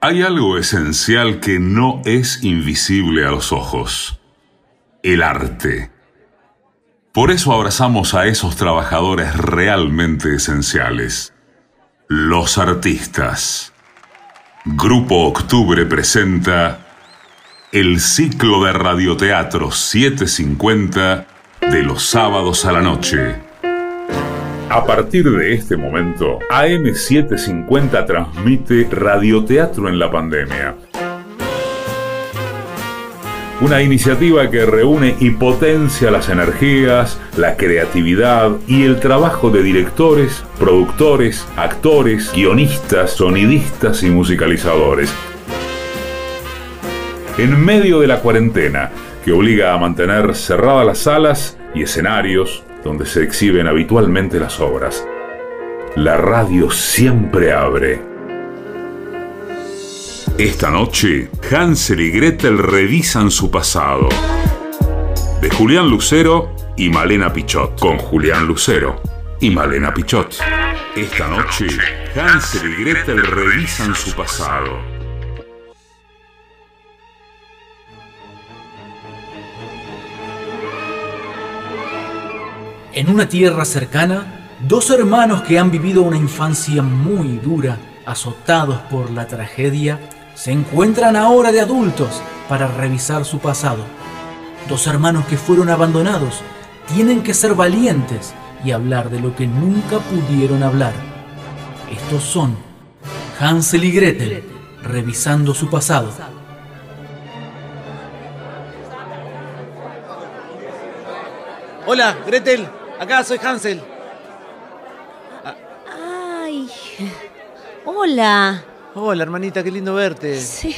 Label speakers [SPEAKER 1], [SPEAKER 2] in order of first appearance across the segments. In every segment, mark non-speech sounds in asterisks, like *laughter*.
[SPEAKER 1] Hay algo esencial que no es invisible a los ojos, el arte. Por eso abrazamos a esos trabajadores realmente esenciales, los artistas. Grupo Octubre presenta el ciclo de radioteatro 750 de los sábados a la noche. A partir de este momento, AM750 transmite Radioteatro en la Pandemia. Una iniciativa que reúne y potencia las energías, la creatividad y el trabajo de directores, productores, actores, guionistas, sonidistas y musicalizadores. En medio de la cuarentena, que obliga a mantener cerradas las salas y escenarios, donde se exhiben habitualmente las obras. La radio siempre abre. Esta noche, Hansel y Gretel revisan su pasado. De Julián Lucero y Malena Pichot. Con Julián Lucero y Malena Pichot. Esta noche, Hansel y Gretel revisan su pasado.
[SPEAKER 2] En una tierra cercana, dos hermanos que han vivido una infancia muy dura, azotados por la tragedia, se encuentran ahora de adultos para revisar su pasado. Dos hermanos que fueron abandonados tienen que ser valientes y hablar de lo que nunca pudieron hablar. Estos son Hansel y Gretel, revisando su pasado.
[SPEAKER 3] Hola, Gretel. Acá soy Hansel.
[SPEAKER 4] Ay, hola.
[SPEAKER 3] Hola, hermanita, qué lindo verte.
[SPEAKER 4] Sí,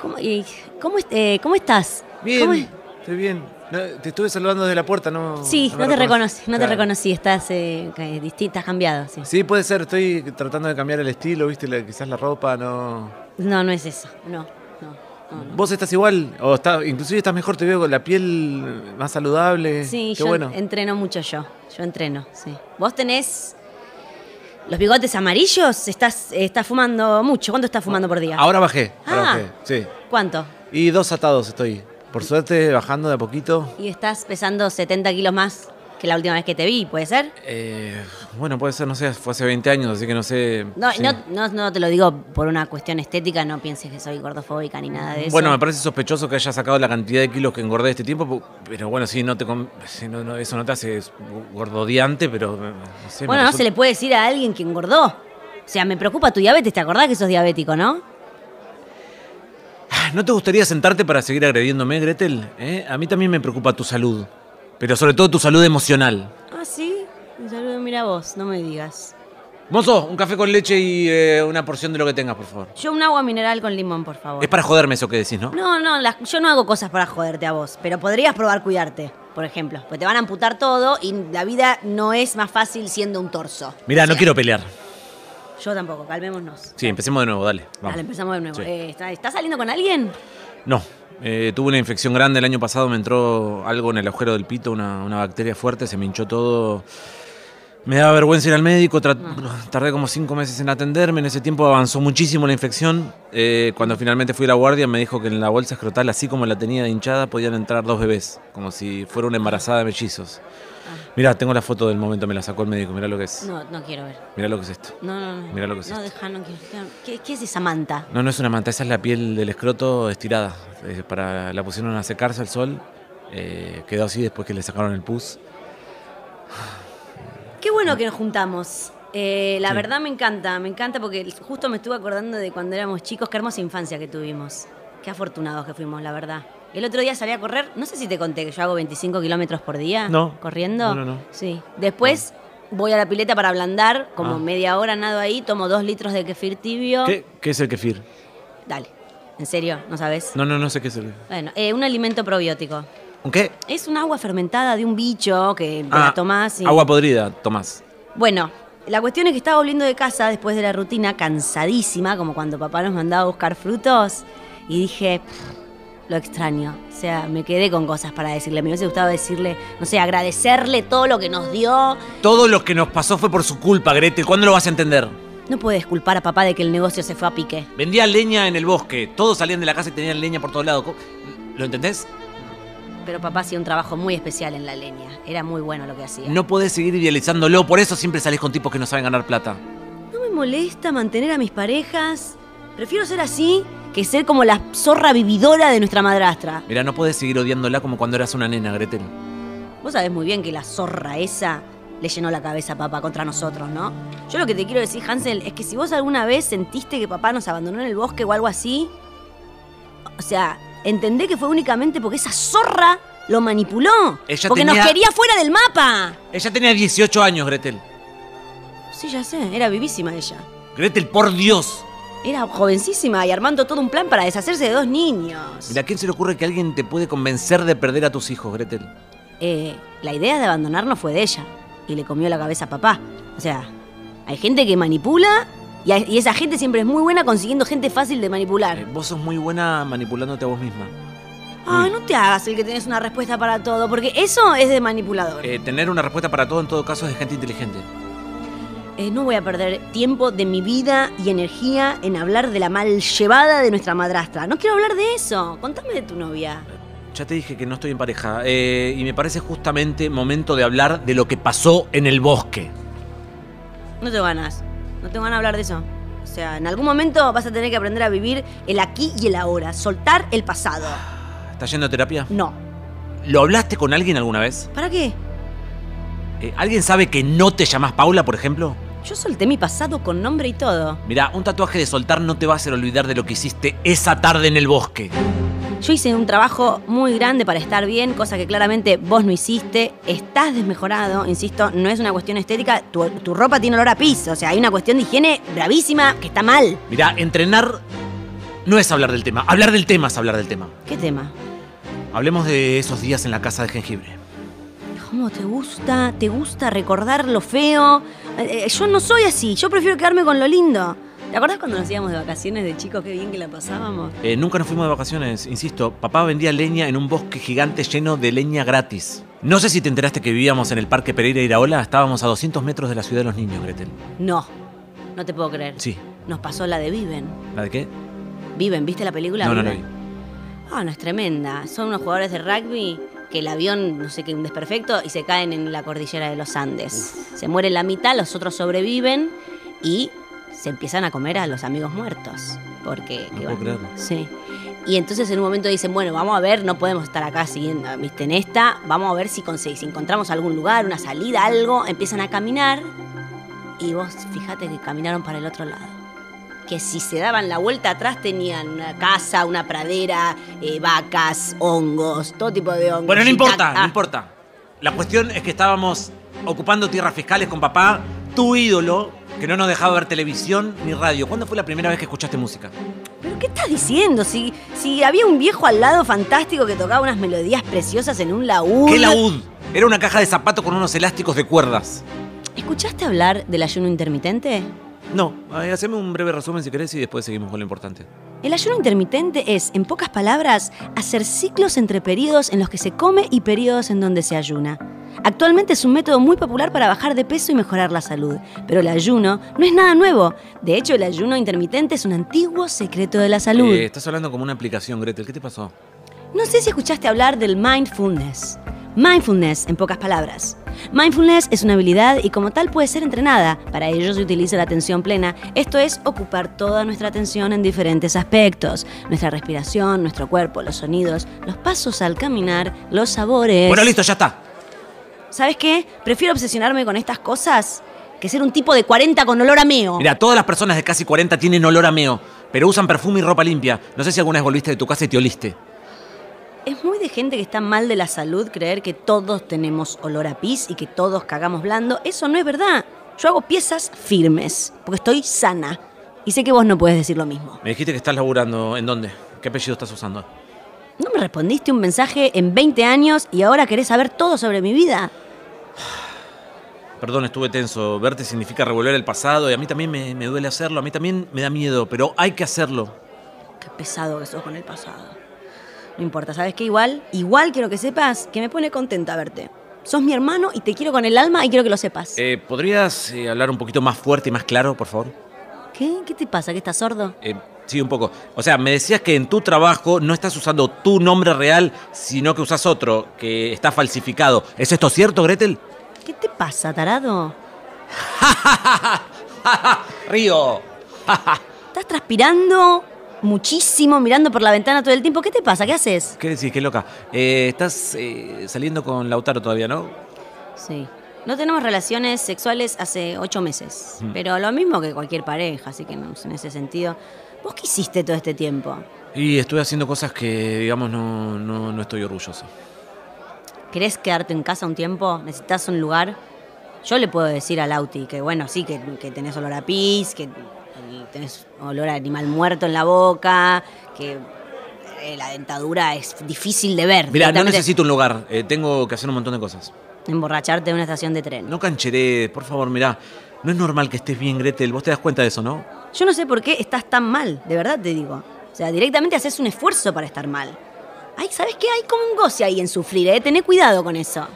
[SPEAKER 4] ¿Cómo, eh, cómo est- eh, cómo estás?
[SPEAKER 3] Bien,
[SPEAKER 4] ¿Cómo es?
[SPEAKER 3] estoy bien. No, te estuve saludando desde la puerta, ¿no?
[SPEAKER 4] Sí,
[SPEAKER 3] me
[SPEAKER 4] no te reconocí, no te
[SPEAKER 3] Claro.
[SPEAKER 4] reconocí, estás eh, ca- distinta, has cambiado. sí.
[SPEAKER 3] Sí, puede ser, estoy tratando de cambiar el estilo, viste, la- quizás la ropa, no.
[SPEAKER 4] No, no es eso, no, no, no, no.
[SPEAKER 3] Vos estás igual, o está, inclusive estás mejor, te veo con la piel más saludable.
[SPEAKER 4] Sí,
[SPEAKER 3] qué
[SPEAKER 4] yo
[SPEAKER 3] bueno.
[SPEAKER 4] entreno mucho yo, yo entreno, sí. Vos tenés los bigotes amarillos, estás, eh, estás fumando mucho, ¿cuánto estás fumando por día?
[SPEAKER 3] Ahora bajé, ahora
[SPEAKER 4] Ah.
[SPEAKER 3] bajé, sí.
[SPEAKER 4] ¿Cuánto?
[SPEAKER 3] Y dos atados estoy. Por suerte, bajando de a poquito.
[SPEAKER 4] Y estás pesando 70 kilos más que la última vez que te vi, ¿puede ser?
[SPEAKER 3] Eh, bueno, puede ser, no sé, fue hace 20 años, así que no sé.
[SPEAKER 4] No,
[SPEAKER 3] sí.
[SPEAKER 4] no, no, no te lo digo por una cuestión estética, no pienses que soy gordofóbica ni nada de eso.
[SPEAKER 3] Bueno, me parece sospechoso que haya sacado la cantidad de kilos que engordé este tiempo, pu- pero bueno, sí, no te com- sí, no- no, eso no te hace gordodiante, pero eh, no sé. me
[SPEAKER 4] Bueno, no
[SPEAKER 3] resulta-
[SPEAKER 4] se le puede decir a alguien que engordó. O sea, me preocupa tu diabetes, ¿te acordás que sos diabético, no?
[SPEAKER 3] Ah, ¿No te gustaría sentarte para seguir agrediéndome, Gretel? ¿Eh? A mí también me preocupa tu salud, pero sobre todo tu salud emocional.
[SPEAKER 4] Ah, sí. Un saludo, mira vos, no me digas.
[SPEAKER 3] Mozo, un café con leche y eh, una porción de lo que tengas, por favor.
[SPEAKER 4] Yo un agua mineral con limón, por favor.
[SPEAKER 3] Es para joderme eso que decís, ¿no?
[SPEAKER 4] No, no, las- yo no hago cosas para joderte a vos, pero podrías probar cuidarte, por ejemplo. Pues te van a amputar todo y la vida no es más fácil siendo un torso.
[SPEAKER 3] Mirá, no quiero pelear.
[SPEAKER 4] Yo tampoco, calmémonos.
[SPEAKER 3] Sí, empecemos de nuevo, dale. vamos.
[SPEAKER 4] Dale, empezamos de nuevo.
[SPEAKER 3] Sí.
[SPEAKER 4] Eh, ¿está- ¿Estás saliendo con alguien?
[SPEAKER 3] No, eh, tuve una infección grande el año pasado, me entró algo en el agujero del pito, una, una bacteria fuerte, se me hinchó todo. Me daba vergüenza ir al médico, tra- tardé como cinco meses en atenderme, en ese tiempo avanzó muchísimo la infección. Eh, cuando finalmente fui a la guardia me dijo que en la bolsa escrotal, así como la tenía hinchada, podían entrar dos bebés, como si fuera una embarazada de mellizos. Mirá, tengo la foto del momento, me la sacó el médico, mirá lo que es.
[SPEAKER 4] No, no quiero ver.
[SPEAKER 3] Mirá lo que es esto.
[SPEAKER 4] No, no, no.
[SPEAKER 3] Mirá lo que es
[SPEAKER 4] No,
[SPEAKER 3] esto.
[SPEAKER 4] deja, no quiero. ¿Qué, qué es esa manta?
[SPEAKER 3] No, no es una manta, esa es la piel del escroto estirada. Eh, para, la pusieron a secarse al sol. eh, quedó así después que le sacaron el pus.
[SPEAKER 4] Qué bueno que nos juntamos. Eh, la
[SPEAKER 3] Sí.
[SPEAKER 4] verdad me encanta, me encanta porque justo me estuve acordando de cuando éramos chicos, qué hermosa infancia que tuvimos. Qué afortunados que fuimos, la verdad. El otro día salí a correr, no sé si te conté que yo hago 25 kilómetros por día.
[SPEAKER 3] No.
[SPEAKER 4] ¿Corriendo?
[SPEAKER 3] No, no, no.
[SPEAKER 4] Sí. Después voy a la pileta para ablandar, como
[SPEAKER 3] Ah.
[SPEAKER 4] media hora nado ahí, tomo dos litros de kefir tibio.
[SPEAKER 3] ¿Qué, qué es el kefir?
[SPEAKER 4] Dale. ¿En serio? ¿No sabes?
[SPEAKER 3] No, no, no sé qué es el.
[SPEAKER 4] Bueno, eh, un alimento probiótico.
[SPEAKER 3] ¿Un qué?
[SPEAKER 4] Es un agua fermentada de un bicho que te
[SPEAKER 3] Ah,
[SPEAKER 4] la tomás y.
[SPEAKER 3] Agua podrida, Tomás.
[SPEAKER 4] Bueno, la cuestión es que estaba volviendo de casa después de la rutina, cansadísima, como cuando papá nos mandaba a buscar frutos, y dije, "Pff, lo extraño. O sea, me quedé con cosas para decirle. Me hubiese gustado decirle, no sé, agradecerle todo lo que nos dio.
[SPEAKER 3] Todo lo que nos pasó fue por su culpa, Gretel. ¿Cuándo lo vas a entender?
[SPEAKER 4] No puedes culpar a papá de que el negocio se fue a pique.
[SPEAKER 3] Vendía leña en el bosque. Todos salían de la casa y tenían leña por todos lados. Co- ¿Lo entendés?
[SPEAKER 4] Pero papá hacía un trabajo muy especial en la leña. Era muy bueno lo que hacía.
[SPEAKER 3] No podés seguir idealizándolo. Por eso siempre salís con tipos que no saben ganar plata.
[SPEAKER 4] No me molesta mantener a mis parejas. Prefiero ser así que ser como la zorra vividora de nuestra madrastra.
[SPEAKER 3] Mira, no podés seguir odiándola como cuando eras una nena, Gretel.
[SPEAKER 4] Vos sabés muy bien que la zorra esa le llenó la cabeza a papá contra nosotros, ¿no? Yo lo que te quiero decir, Hansel, es que si vos alguna vez sentiste que papá nos abandonó en el bosque o algo así, o sea, entendé que fue únicamente porque esa zorra lo manipuló.
[SPEAKER 3] Ella
[SPEAKER 4] porque
[SPEAKER 3] tenía-
[SPEAKER 4] nos quería fuera del mapa.
[SPEAKER 3] Ella tenía 18 años, Gretel.
[SPEAKER 4] Sí, ya sé, era vivísima ella.
[SPEAKER 3] Gretel, por Dios.
[SPEAKER 4] Era jovencísima y armando todo un plan para deshacerse de dos niños.
[SPEAKER 3] Mira, ¿a quién se le ocurre que alguien te puede convencer de perder a tus hijos, Gretel?
[SPEAKER 4] Eh, la idea de abandonarnos fue de ella y le comió la cabeza a papá. O sea, hay gente que manipula y, hay- y esa gente siempre es muy buena consiguiendo gente fácil de
[SPEAKER 3] Eh,
[SPEAKER 4] manipular.
[SPEAKER 3] vos sos muy buena manipulándote a vos misma.
[SPEAKER 4] Ay, Ah, no te hagas el que tenés una respuesta para todo, porque eso es de manipulador.
[SPEAKER 3] Eh, tener una respuesta para todo en todo caso es de gente inteligente.
[SPEAKER 4] Eh, no voy a perder tiempo de mi vida y energía en hablar de la mal llevada de nuestra madrastra. No quiero hablar de eso. Contame de tu novia.
[SPEAKER 3] Ya te dije que no estoy en pareja eh, y me parece justamente momento de hablar de lo que pasó en el bosque.
[SPEAKER 4] No tengo ganas. No tengo ganas de hablar de eso. O sea, en algún momento vas a tener que aprender a vivir el aquí y el ahora. Soltar el pasado.
[SPEAKER 3] ¿Estás yendo a terapia?
[SPEAKER 4] No.
[SPEAKER 3] ¿Lo hablaste con alguien alguna vez?
[SPEAKER 4] ¿Para qué?
[SPEAKER 3] Eh, ¿Alguien sabe que no te llamas Paula, por ejemplo?
[SPEAKER 4] Yo solté mi pasado con nombre y todo.
[SPEAKER 3] Mirá, un tatuaje de soltar no te va a hacer olvidar de lo que hiciste esa tarde en el bosque.
[SPEAKER 4] Yo hice un trabajo muy grande para estar bien, cosa que claramente vos no hiciste. Estás desmejorado, insisto, no es una cuestión estética. Tu, tu ropa tiene olor a pis. O sea, hay una cuestión de higiene bravísima que está mal.
[SPEAKER 3] Mirá, entrenar no es hablar del tema. Hablar del tema es hablar del tema.
[SPEAKER 4] ¿Qué tema?
[SPEAKER 3] Hablemos de esos días en la casa de jengibre.
[SPEAKER 4] ¿Cómo te gusta? ¿Te gusta recordar lo feo? Eh, eh, yo no soy así. Yo prefiero quedarme con lo lindo. ¿Te acordás cuando nos íbamos de vacaciones de chicos? Qué bien que la pasábamos.
[SPEAKER 3] Eh, nunca nos fuimos de vacaciones, insisto. Papá vendía leña en un bosque gigante lleno de leña gratis. No sé si te enteraste que vivíamos en el Parque Pereira Iraola. Estábamos a 200 metros de la ciudad de los niños, Gretel.
[SPEAKER 4] No, no te puedo creer.
[SPEAKER 3] Sí.
[SPEAKER 4] Nos pasó la de Viven.
[SPEAKER 3] ¿La de qué?
[SPEAKER 4] Viven, ¿viste la película?
[SPEAKER 3] no, no, no.
[SPEAKER 4] Viven? Ah, no es tremenda. Son unos jugadores de rugby que el avión, no sé qué, un desperfecto, y se caen en la cordillera de los Andes. Se muere la mitad, los otros sobreviven y se empiezan a comer a los amigos muertos. Porque.
[SPEAKER 3] No
[SPEAKER 4] que
[SPEAKER 3] puedo
[SPEAKER 4] van-
[SPEAKER 3] creerlo.
[SPEAKER 4] Sí. Y entonces en un momento dicen, bueno, vamos a ver, no podemos estar acá siguiendo, viste, en esta, vamos a ver si, conse- si encontramos algún lugar, una salida, algo. Empiezan a caminar y vos fíjate que caminaron para el otro lado que si se daban la vuelta atrás tenían una casa, una pradera, eh, vacas, hongos, todo tipo de hongos.
[SPEAKER 3] Bueno, no
[SPEAKER 4] Y
[SPEAKER 3] importa,
[SPEAKER 4] tac, ah,
[SPEAKER 3] no
[SPEAKER 4] tac.
[SPEAKER 3] importa. La cuestión es que estábamos ocupando tierras fiscales con papá, tu ídolo, que no nos dejaba ver televisión ni radio. ¿Cuándo fue la primera vez que escuchaste música?
[SPEAKER 4] ¿Pero qué estás diciendo? Si, si había un viejo al lado fantástico que tocaba unas melodías preciosas en un laúd.
[SPEAKER 3] ¿Qué laúd? Era una caja de zapatos con unos elásticos de cuerdas.
[SPEAKER 4] ¿Escuchaste hablar del ayuno intermitente?
[SPEAKER 3] No, eh, haceme un breve resumen si querés y después seguimos con lo importante.
[SPEAKER 4] El ayuno intermitente es, en pocas palabras, hacer ciclos entre periodos en los que se come y periodos en donde se ayuna. Actualmente es un método muy popular para bajar de peso y mejorar la salud, pero el ayuno no es nada nuevo. De hecho, el ayuno intermitente es un antiguo secreto de la salud.
[SPEAKER 3] Eh, estás hablando como una aplicación, Gretel. ¿Qué te pasó?
[SPEAKER 4] No sé si escuchaste hablar del mindfulness. Mindfulness, en pocas palabras. Mindfulness es una habilidad y como tal puede ser entrenada. Para ello se utiliza la atención plena, esto es ocupar toda nuestra atención en diferentes aspectos. Nuestra respiración, nuestro cuerpo, los sonidos, los pasos al caminar, los sabores.
[SPEAKER 3] Bueno, listo, ya está.
[SPEAKER 4] ¿Sabes qué? Prefiero obsesionarme con estas cosas que ser un tipo de 40 con olor a meo.
[SPEAKER 3] Mira, todas las personas de casi 40 tienen olor a meo, pero usan perfume y ropa limpia. No sé si alguna vez volviste de tu casa y te oliste.
[SPEAKER 4] Es muy de gente que está mal de la salud creer que todos tenemos olor a pis y que todos cagamos blando. Eso no es verdad. Yo hago piezas firmes, porque estoy sana. Y sé que vos no puedes decir lo mismo.
[SPEAKER 3] Me dijiste que estás laburando. ¿En dónde? ¿Qué apellido estás usando?
[SPEAKER 4] No me respondiste un mensaje en 20 años y ahora querés saber todo sobre mi vida.
[SPEAKER 3] Perdón, estuve tenso. Verte significa revolver el pasado y a mí también me, me duele hacerlo. A mí también me da miedo, pero hay que hacerlo.
[SPEAKER 4] Qué pesado que sos con el pasado. No importa, ¿sabes qué? Igual, igual quiero que sepas que me pone contenta verte. Sos mi hermano y te quiero con el alma y quiero que lo sepas.
[SPEAKER 3] Eh, ¿Podrías eh, hablar un poquito más fuerte y más claro, por favor?
[SPEAKER 4] ¿Qué? ¿Qué te pasa? ¿Que estás sordo?
[SPEAKER 3] Eh, sí, un poco. O sea, me decías que en tu trabajo no estás usando tu nombre real, sino que usas otro, que está falsificado. ¿Es esto cierto, Gretel?
[SPEAKER 4] ¿Qué te pasa, tarado?
[SPEAKER 3] ¡Río!
[SPEAKER 4] Estás transpirando muchísimo, mirando por la ventana todo el tiempo. ¿Qué te pasa? ¿Qué haces?
[SPEAKER 3] ¿Qué decís? Qué loca. Eh, estás eh, saliendo con Lautaro todavía, ¿no?
[SPEAKER 4] Sí. No tenemos relaciones sexuales hace ocho meses, pero lo mismo que cualquier pareja, así que no, en ese sentido. ¿Vos qué hiciste todo este tiempo?
[SPEAKER 3] Y estuve haciendo cosas que, digamos, no, no, no estoy orgulloso.
[SPEAKER 4] ¿Querés quedarte en casa un tiempo? ¿Necesitas un lugar? Yo le puedo decir a Lauti que, bueno, sí, que, que tenés olor a pis, que tenés olor a animal muerto en la boca, que eh, la dentadura es difícil de ver.
[SPEAKER 3] Mira, no
[SPEAKER 4] Directamente
[SPEAKER 3] necesito un lugar. eh, tengo que hacer un montón de cosas.
[SPEAKER 4] Emborracharte en una estación de tren.
[SPEAKER 3] No cancheré, por favor, mirá. No es normal que estés bien, Gretel. Vos te das cuenta de eso, ¿no?
[SPEAKER 4] Yo no sé por qué estás tan mal, de verdad te digo. O sea, directamente haces un esfuerzo para estar mal. Ay, ¿sabes qué? Hay como un goce ahí en sufrir, ¿eh? Tené cuidado con eso.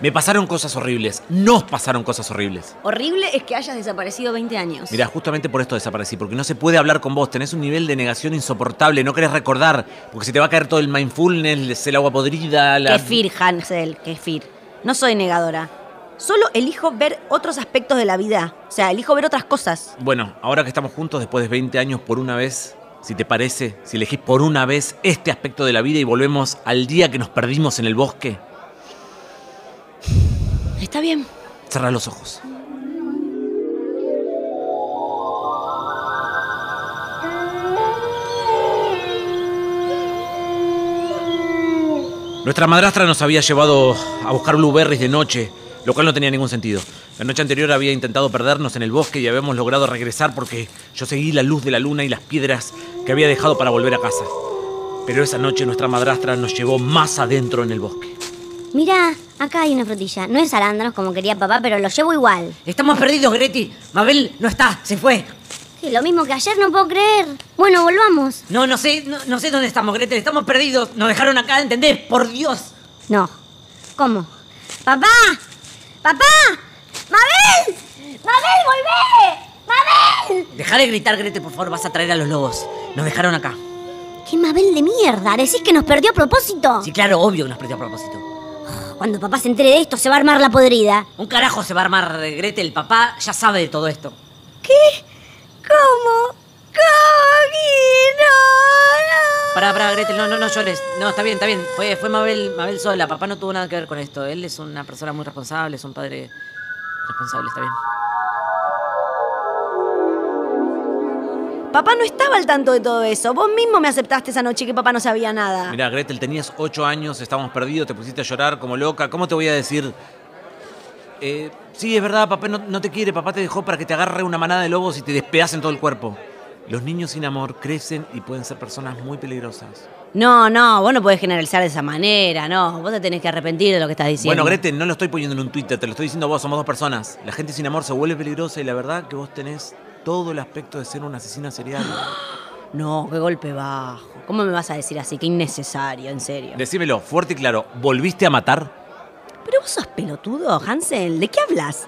[SPEAKER 3] Me pasaron cosas horribles. Nos pasaron cosas horribles.
[SPEAKER 4] Horrible es que hayas desaparecido 20 años.
[SPEAKER 3] Mirá, justamente por esto desaparecí, porque no se puede hablar con vos. Tenés un nivel de negación insoportable. No querés recordar, porque se te va a caer todo el mindfulness, el agua podrida, la.
[SPEAKER 4] Kefir, Hansel, kefir. No soy negadora. Solo elijo ver otros aspectos de la vida. O sea, elijo ver otras cosas.
[SPEAKER 3] Bueno, ahora que estamos juntos después de 20 años por una vez, si te parece, si elegís por una vez este aspecto de la vida y volvemos al día que nos perdimos en el bosque,
[SPEAKER 4] Está bien.
[SPEAKER 3] cerrá los ojos. Nuestra madrastra nos había llevado a buscar blueberries de noche, lo cual no tenía ningún sentido. La noche anterior había intentado perdernos en el bosque y habíamos logrado regresar porque yo seguí la luz de la luna y las piedras que había dejado para volver a casa. Pero esa noche nuestra madrastra nos llevó más adentro en el bosque.
[SPEAKER 5] Mirá, acá hay una frutilla. No es arándanos como quería papá, pero lo llevo igual.
[SPEAKER 6] Estamos perdidos, Greti. Mabel no está, se fue.
[SPEAKER 5] Sí, lo mismo que ayer, no puedo creer. Bueno, volvamos.
[SPEAKER 6] No, no sé, no, no sé dónde estamos, Grete. Estamos perdidos. Nos dejaron acá, ¿entendés? Por Dios.
[SPEAKER 5] No. ¿Cómo? ¡Papá! ¡Papá! ¡Mabel! ¡Mabel, volvé! ¡Mabel!
[SPEAKER 6] Deja de gritar, Grete, por favor. Vas a traer a los lobos. Nos dejaron acá.
[SPEAKER 5] ¡Qué Mabel de mierda! ¿Decís que nos perdió a propósito?
[SPEAKER 6] Sí, claro, obvio que nos perdió a propósito.
[SPEAKER 5] Cuando papá se entere de esto, se va a armar la podrida.
[SPEAKER 6] Un carajo se va a armar, eh, Grete. El papá ya sabe de todo esto.
[SPEAKER 5] ¿Cómo? ¿Cómo?
[SPEAKER 6] Pará, pará, Grete. No, no, no llores. No, está bien, está bien. Fue, fue Mabel, Mabel sola. Papá no tuvo nada que ver con esto. Él es una persona muy responsable, es un padre responsable, está bien.
[SPEAKER 4] Papá no estaba al tanto de todo eso. Vos mismo me aceptaste esa noche que papá no sabía nada.
[SPEAKER 3] Mirá, Gretel, tenías ocho años, estábamos perdidos, te pusiste a llorar como loca. ¿Cómo te voy a decir? Eh, sí, es verdad, papá no, no te quiere, papá te dejó para que te agarre una manada de lobos y te despedacen todo el cuerpo. Los niños sin amor crecen y pueden ser personas muy peligrosas.
[SPEAKER 4] No, no, vos no podés generalizar de esa manera, no. Vos te tenés que arrepentir de lo que estás diciendo.
[SPEAKER 3] Bueno, Gretel, no lo estoy poniendo en un Twitter, te lo estoy diciendo a vos, somos dos personas. La gente sin amor se vuelve peligrosa y la verdad que vos tenés todo el aspecto de ser una asesina serial.
[SPEAKER 4] No, qué golpe bajo. ¿Cómo me vas a decir así? Qué innecesario, en serio.
[SPEAKER 3] Decímelo, fuerte y claro, ¿volviste a matar?
[SPEAKER 4] Pero vos sos pelotudo, Hansel. ¿De qué hablas?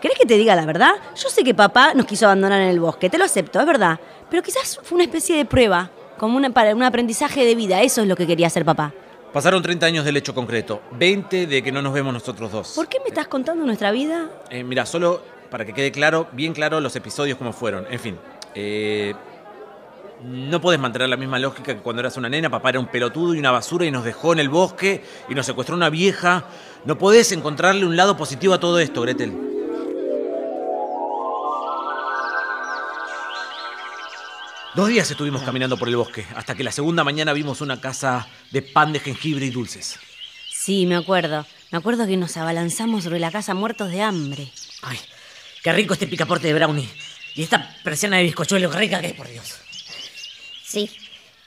[SPEAKER 4] ¿Querés que te diga la verdad? Yo sé que papá nos quiso abandonar en el bosque, te lo acepto, es verdad. Pero quizás fue una especie de prueba, como una- para un aprendizaje de vida. Eso es lo que quería hacer papá.
[SPEAKER 3] Pasaron 30 años del hecho concreto, 20 de que no nos vemos nosotros dos.
[SPEAKER 4] ¿Por qué me estás contando nuestra vida?
[SPEAKER 3] Eh, mira, solo para que quede claro, bien claro los episodios como fueron. En fin, eh, no podés mantener la misma lógica que cuando eras una nena, papá era un pelotudo y una basura y nos dejó en el bosque y nos secuestró una vieja. No podés encontrarle un lado positivo a todo esto, Gretel. Dos días estuvimos caminando por el bosque, hasta que la segunda mañana vimos una casa de pan de jengibre y dulces.
[SPEAKER 4] Sí, me acuerdo. Me acuerdo que nos abalanzamos sobre la casa muertos de hambre.
[SPEAKER 6] Ay, qué rico este picaporte de brownie. Y esta persiana de bizcochuelo, qué rica que es, por Dios.
[SPEAKER 5] Sí.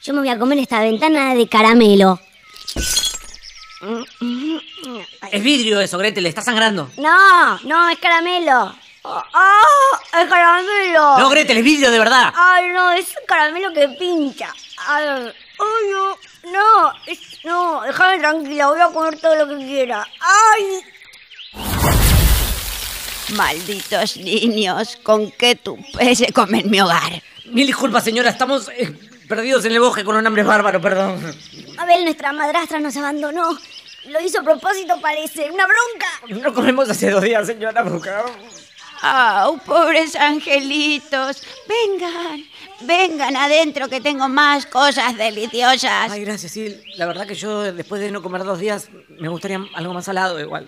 [SPEAKER 5] Yo me voy a comer esta ventana de caramelo.
[SPEAKER 6] Es vidrio eso, Grete, le está sangrando.
[SPEAKER 5] No, no, es caramelo. ¡Ah! ¡Es caramelo!
[SPEAKER 6] No, Grete, es vidrio de verdad.
[SPEAKER 5] Ay, no, es un caramelo que pincha. Ay, ay, no, no, es- no, déjame tranquila, voy a comer todo lo que quiera. Ay,
[SPEAKER 7] Malditos niños, ¿con qué tupé se comen mi hogar?
[SPEAKER 6] Mil disculpas, señora, estamos eh, perdidos en el bosque con un hambre bárbaro, perdón.
[SPEAKER 5] Abel, nuestra madrastra, nos abandonó. Lo hizo a propósito, parece. ¡Una bronca!
[SPEAKER 6] No comemos hace dos días, señora, porque...
[SPEAKER 7] ¡Au, pobres angelitos! Vengan, vengan adentro que tengo más cosas deliciosas.
[SPEAKER 6] Ay, gracias, sí. La verdad que yo, después de no comer dos días, me gustaría algo más salado igual.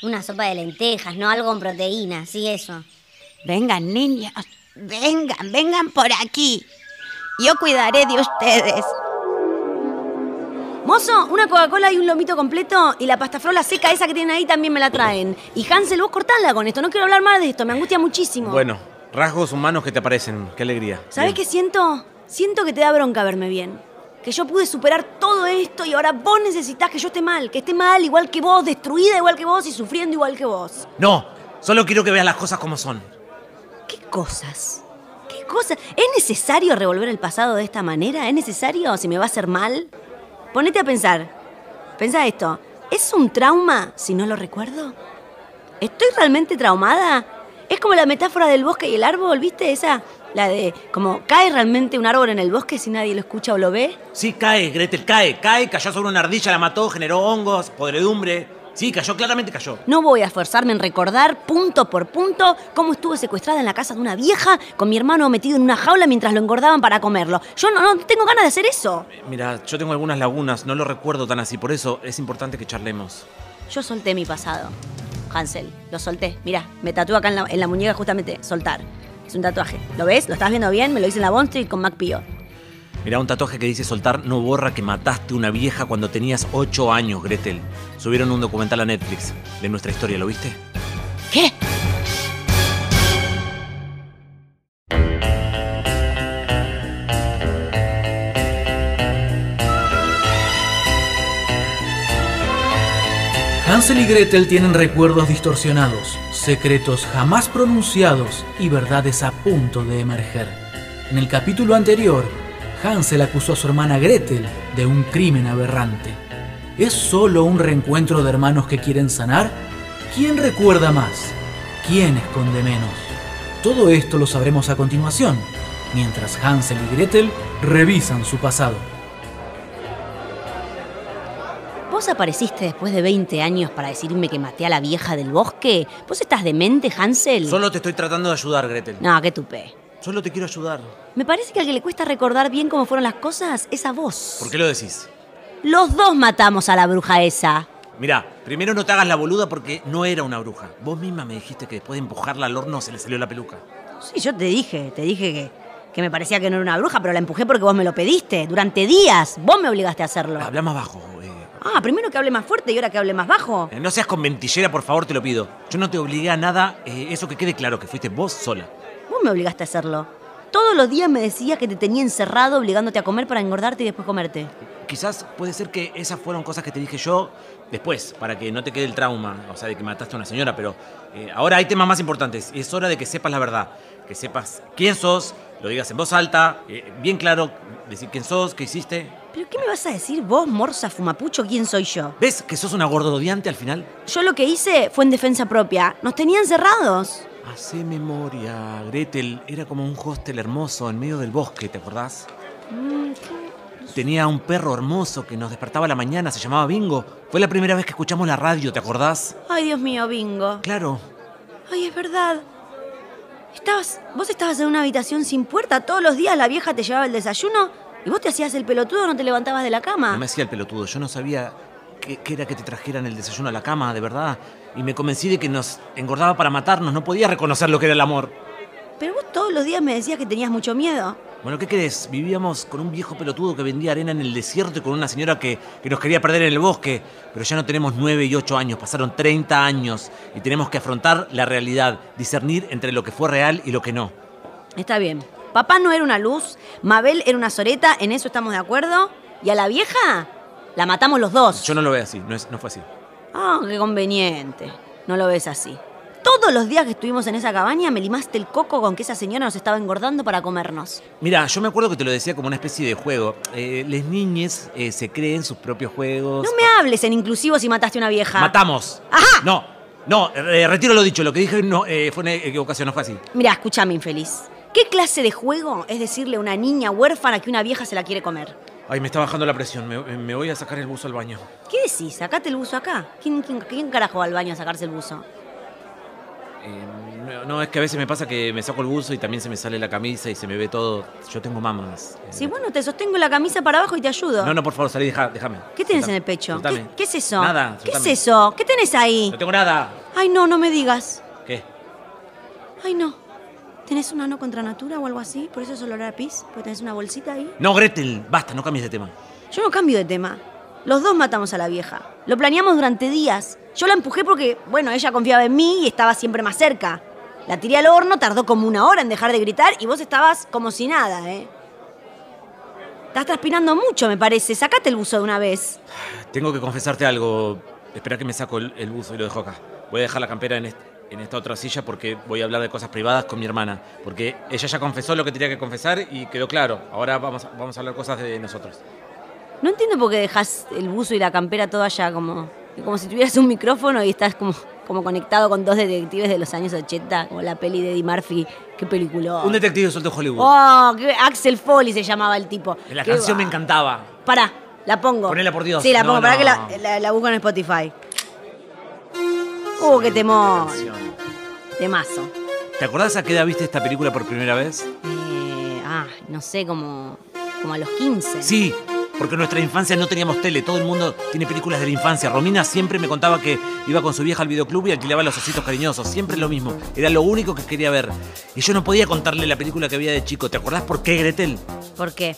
[SPEAKER 5] Una sopa de lentejas, ¿no? Algo con proteína, sí, eso.
[SPEAKER 7] Vengan, niños, vengan, vengan por aquí. Yo cuidaré de ustedes.
[SPEAKER 4] Mozo, una Coca-Cola y un lomito completo y la pastafrola seca esa que tienen ahí también me la traen. Y Hansel, vos cortala con esto, no quiero hablar más de esto, me angustia muchísimo.
[SPEAKER 3] Bueno, rasgos humanos que te aparecen. Qué alegría.
[SPEAKER 4] ¿Sabés qué siento? Siento que te da bronca verme bien. Que yo pude superar todo esto y ahora vos necesitas que yo esté mal, que esté mal igual que vos, destruida igual que vos y sufriendo igual que vos.
[SPEAKER 3] No, solo quiero que veas las cosas como son.
[SPEAKER 4] ¿Qué cosas? ¿Qué cosas? ¿Es necesario revolver el pasado de esta manera? ¿Es necesario si me va a hacer mal? Ponete a pensar. Pensá esto. ¿Es un trauma si no lo recuerdo? ¿Estoy realmente traumada? Es como la metáfora del bosque y el árbol, ¿viste? Esa, la de como cae realmente un árbol en el bosque si nadie lo escucha o lo ve.
[SPEAKER 3] Sí, cae, Gretel, cae, cae, cayó sobre una ardilla, la mató, generó hongos, podredumbre. Sí, cayó, claramente cayó.
[SPEAKER 4] No voy a esforzarme en recordar punto por punto cómo estuve secuestrada en la casa de una vieja con mi hermano metido en una jaula mientras lo engordaban para comerlo. Yo no, no tengo ganas de hacer eso.
[SPEAKER 3] Eh, Mira, yo tengo algunas lagunas, no lo recuerdo tan así, por eso es importante que charlemos.
[SPEAKER 4] Yo solté mi pasado. Hansel, lo solté. Mirá, me tatué acá en la, en la muñeca justamente soltar. Es un tatuaje. ¿Lo ves? ¿Lo estás viendo bien? Me lo hice en la Bond Street con Mac Pio.
[SPEAKER 3] Mirá, un tatuaje que dice soltar no borra que mataste una vieja cuando tenías 8 años, Gretel. Subieron un documental a Netflix de nuestra historia, ¿lo viste?
[SPEAKER 4] ¿Qué?
[SPEAKER 2] Hansel y Gretel tienen recuerdos distorsionados, secretos jamás pronunciados y verdades a punto de emerger. En el capítulo anterior, Hansel acusó a su hermana Gretel de un crimen aberrante. ¿Es solo un reencuentro de hermanos que quieren sanar? ¿Quién recuerda más? ¿Quién esconde menos? Todo esto lo sabremos a continuación, mientras Hansel y Gretel revisan su pasado.
[SPEAKER 4] ¿Vos apareciste después de 20 años para decirme que maté a la vieja del bosque? ¿Vos estás demente, Hansel?
[SPEAKER 3] Solo te estoy tratando de ayudar, Gretel.
[SPEAKER 4] No, qué tupé.
[SPEAKER 3] Solo te quiero ayudar.
[SPEAKER 4] Me parece que al que le cuesta recordar bien cómo fueron las cosas es a vos.
[SPEAKER 3] ¿Por qué lo decís?
[SPEAKER 4] Los dos matamos a la bruja esa.
[SPEAKER 3] Mirá, primero no te hagas la boluda porque no era una bruja. Vos misma me dijiste que después de empujarla al horno se le salió la peluca.
[SPEAKER 4] Sí, yo te dije, te dije que, que me parecía que no era una bruja, pero la empujé porque vos me lo pediste. Durante días, vos me obligaste a hacerlo.
[SPEAKER 3] Habla más bajo. eh.
[SPEAKER 4] Ah, primero que hable más fuerte y ahora que hable más bajo.
[SPEAKER 3] Eh, No seas conventillera, por favor, te lo pido. Yo no te obligué a nada, eh, eso que quede claro, que fuiste vos sola.
[SPEAKER 4] Vos me obligaste a hacerlo. Todos los días me decías que te tenía encerrado obligándote a comer para engordarte y después comerte.
[SPEAKER 3] Quizás puede ser que esas fueron cosas que te dije yo después, para que no te quede el trauma, o sea, de que mataste a una señora, pero eh, ahora hay temas más importantes y es hora de que sepas la verdad, que sepas quién sos, lo digas en voz alta, eh, bien claro, decir quién sos, qué hiciste.
[SPEAKER 4] ¿Pero qué me vas a decir vos, Morsa Fumapucho, quién soy yo?
[SPEAKER 3] ¿Ves que sos una gordodiante al final?
[SPEAKER 4] Yo lo que hice fue en defensa propia. Nos tenían cerrados.
[SPEAKER 3] Hacé memoria, Gretel, era como un hostel hermoso en medio del bosque, ¿te acordás? Tenía un perro hermoso que nos despertaba a la mañana, se llamaba Bingo. Fue la primera vez que escuchamos la radio, ¿te acordás?
[SPEAKER 4] Ay, Dios mío, bingo.
[SPEAKER 3] Claro,
[SPEAKER 4] Ay, es verdad. Estabas, vos estabas en una habitación sin puerta. Todos los días la vieja te llevaba el desayuno y vos te hacías el pelotudo, no te levantabas de la cama.
[SPEAKER 3] No me hacía el pelotudo, yo no sabía qué, qué era que te trajeran el desayuno a la cama, de verdad. Y me convencí de que nos engordaba para matarnos, no podía reconocer lo que era el amor.
[SPEAKER 4] Pero vos todos los días me decías que tenías mucho miedo.
[SPEAKER 3] Bueno, ¿qué crees? Vivíamos con un viejo pelotudo que vendía arena en el desierto y con una señora que, que nos quería perder en el bosque. Pero ya no tenemos 9 y 8 años, pasaron 30 años y tenemos que afrontar la realidad, discernir entre lo que fue real y lo que no.
[SPEAKER 4] Está bien. Papá no era una luz, Mabel era una soreta, en eso estamos de acuerdo. Y a la vieja la matamos los dos.
[SPEAKER 3] Yo no lo veo así, no, es- no fue así.
[SPEAKER 4] Ah, qué conveniente. No lo ves así. Todos los días que estuvimos en esa cabaña me limaste el coco con que esa señora nos estaba engordando para comernos.
[SPEAKER 3] Mira, yo me acuerdo que te lo decía como una especie de juego. les niñes eh, se creen sus propios juegos. Ah,
[SPEAKER 4] No me hables en inclusivo si mataste a una vieja.
[SPEAKER 3] Matamos.
[SPEAKER 4] Ajá.
[SPEAKER 3] No, No, eh, retiro lo dicho, lo que dije no, eh, fue una equivocación, no fue así.
[SPEAKER 4] Mira, escúchame, infeliz. ¿Qué clase de juego es decirle a una niña huérfana que una vieja se la quiere comer?
[SPEAKER 3] Ay, me está bajando la presión, me, me voy a sacar el buzo al baño.
[SPEAKER 4] ¿Qué decís? Sacate el buzo acá. ¿Quién, quién- quién carajo va al baño a sacarse el buzo?
[SPEAKER 3] Eh, no, no, es que a veces me pasa que me saco el buzo y también se me sale la camisa y se me ve todo. Yo tengo mamas. Eh,
[SPEAKER 4] Si bueno, te sostengo la camisa para abajo y te ayudo.
[SPEAKER 3] No, no, por favor, salí, deja- déjame.
[SPEAKER 4] ¿Qué tienes
[SPEAKER 3] Soltame,
[SPEAKER 4] en el pecho?
[SPEAKER 3] soltame.
[SPEAKER 4] ¿Qué, qué es eso?
[SPEAKER 3] Nada,
[SPEAKER 4] ¿Qué es
[SPEAKER 3] soltame.
[SPEAKER 4] eso? ¿Qué tenés ahí?
[SPEAKER 3] No tengo nada.
[SPEAKER 4] Ay, no, no me digas.
[SPEAKER 3] ¿Qué?
[SPEAKER 4] Ay, no. ¿Tenés un ano contra natura o algo así? ¿Por eso es olor a pis? ¿Porque tenés una bolsita ahí?
[SPEAKER 3] No, Gretel, basta, no cambies de tema.
[SPEAKER 4] Yo no cambio de tema. Los dos matamos a la vieja. Lo planeamos durante días. Yo la empujé porque, bueno, ella confiaba en mí y estaba siempre más cerca. La tiré al horno, tardó como una hora en dejar de gritar y vos estabas como si nada, ¿eh? Estás transpirando mucho, me parece. Sacate el buzo de una vez.
[SPEAKER 3] Tengo que confesarte algo. Espera que me saco el, el buzo y lo dejo acá. Voy a dejar la campera en, est- en esta otra silla porque voy a hablar de cosas privadas con mi hermana. Porque ella ya confesó lo que tenía que confesar y quedó claro. Ahora vamos, a- vamos a hablar cosas de nosotros.
[SPEAKER 4] No entiendo por qué dejas el buzo y la campera toda allá como, como si tuvieras un micrófono y estás como, como conectado con dos detectives de los años 80, como la peli de Eddie Murphy. Qué película.
[SPEAKER 3] Un detective soltó Hollywood.
[SPEAKER 4] Oh, qué- Axel Foley se llamaba el tipo.
[SPEAKER 3] la
[SPEAKER 4] Qué
[SPEAKER 3] canción
[SPEAKER 4] va-
[SPEAKER 3] me encantaba.
[SPEAKER 4] Pará, la pongo.
[SPEAKER 3] Ponela, por Dios.
[SPEAKER 4] Sí, la
[SPEAKER 3] No,
[SPEAKER 4] pongo, pará
[SPEAKER 3] no.
[SPEAKER 4] que la, la- la busco en Spotify. Uh, qué temón.
[SPEAKER 3] Canción.
[SPEAKER 4] Temazo.
[SPEAKER 3] ¿Te acordás a qué edad viste esta película por primera vez?
[SPEAKER 4] Eh, ah, no sé, como, como a los 15.
[SPEAKER 3] Sí, porque en nuestra infancia no teníamos tele, todo el mundo tiene películas de la infancia. Romina siempre me contaba que iba con su vieja al videoclub y alquilaba los ositos cariñosos, siempre lo mismo, era lo único que quería ver. Y yo no podía contarle la película que había de chico, ¿te acordás por qué, Gretel?
[SPEAKER 4] ¿Por qué?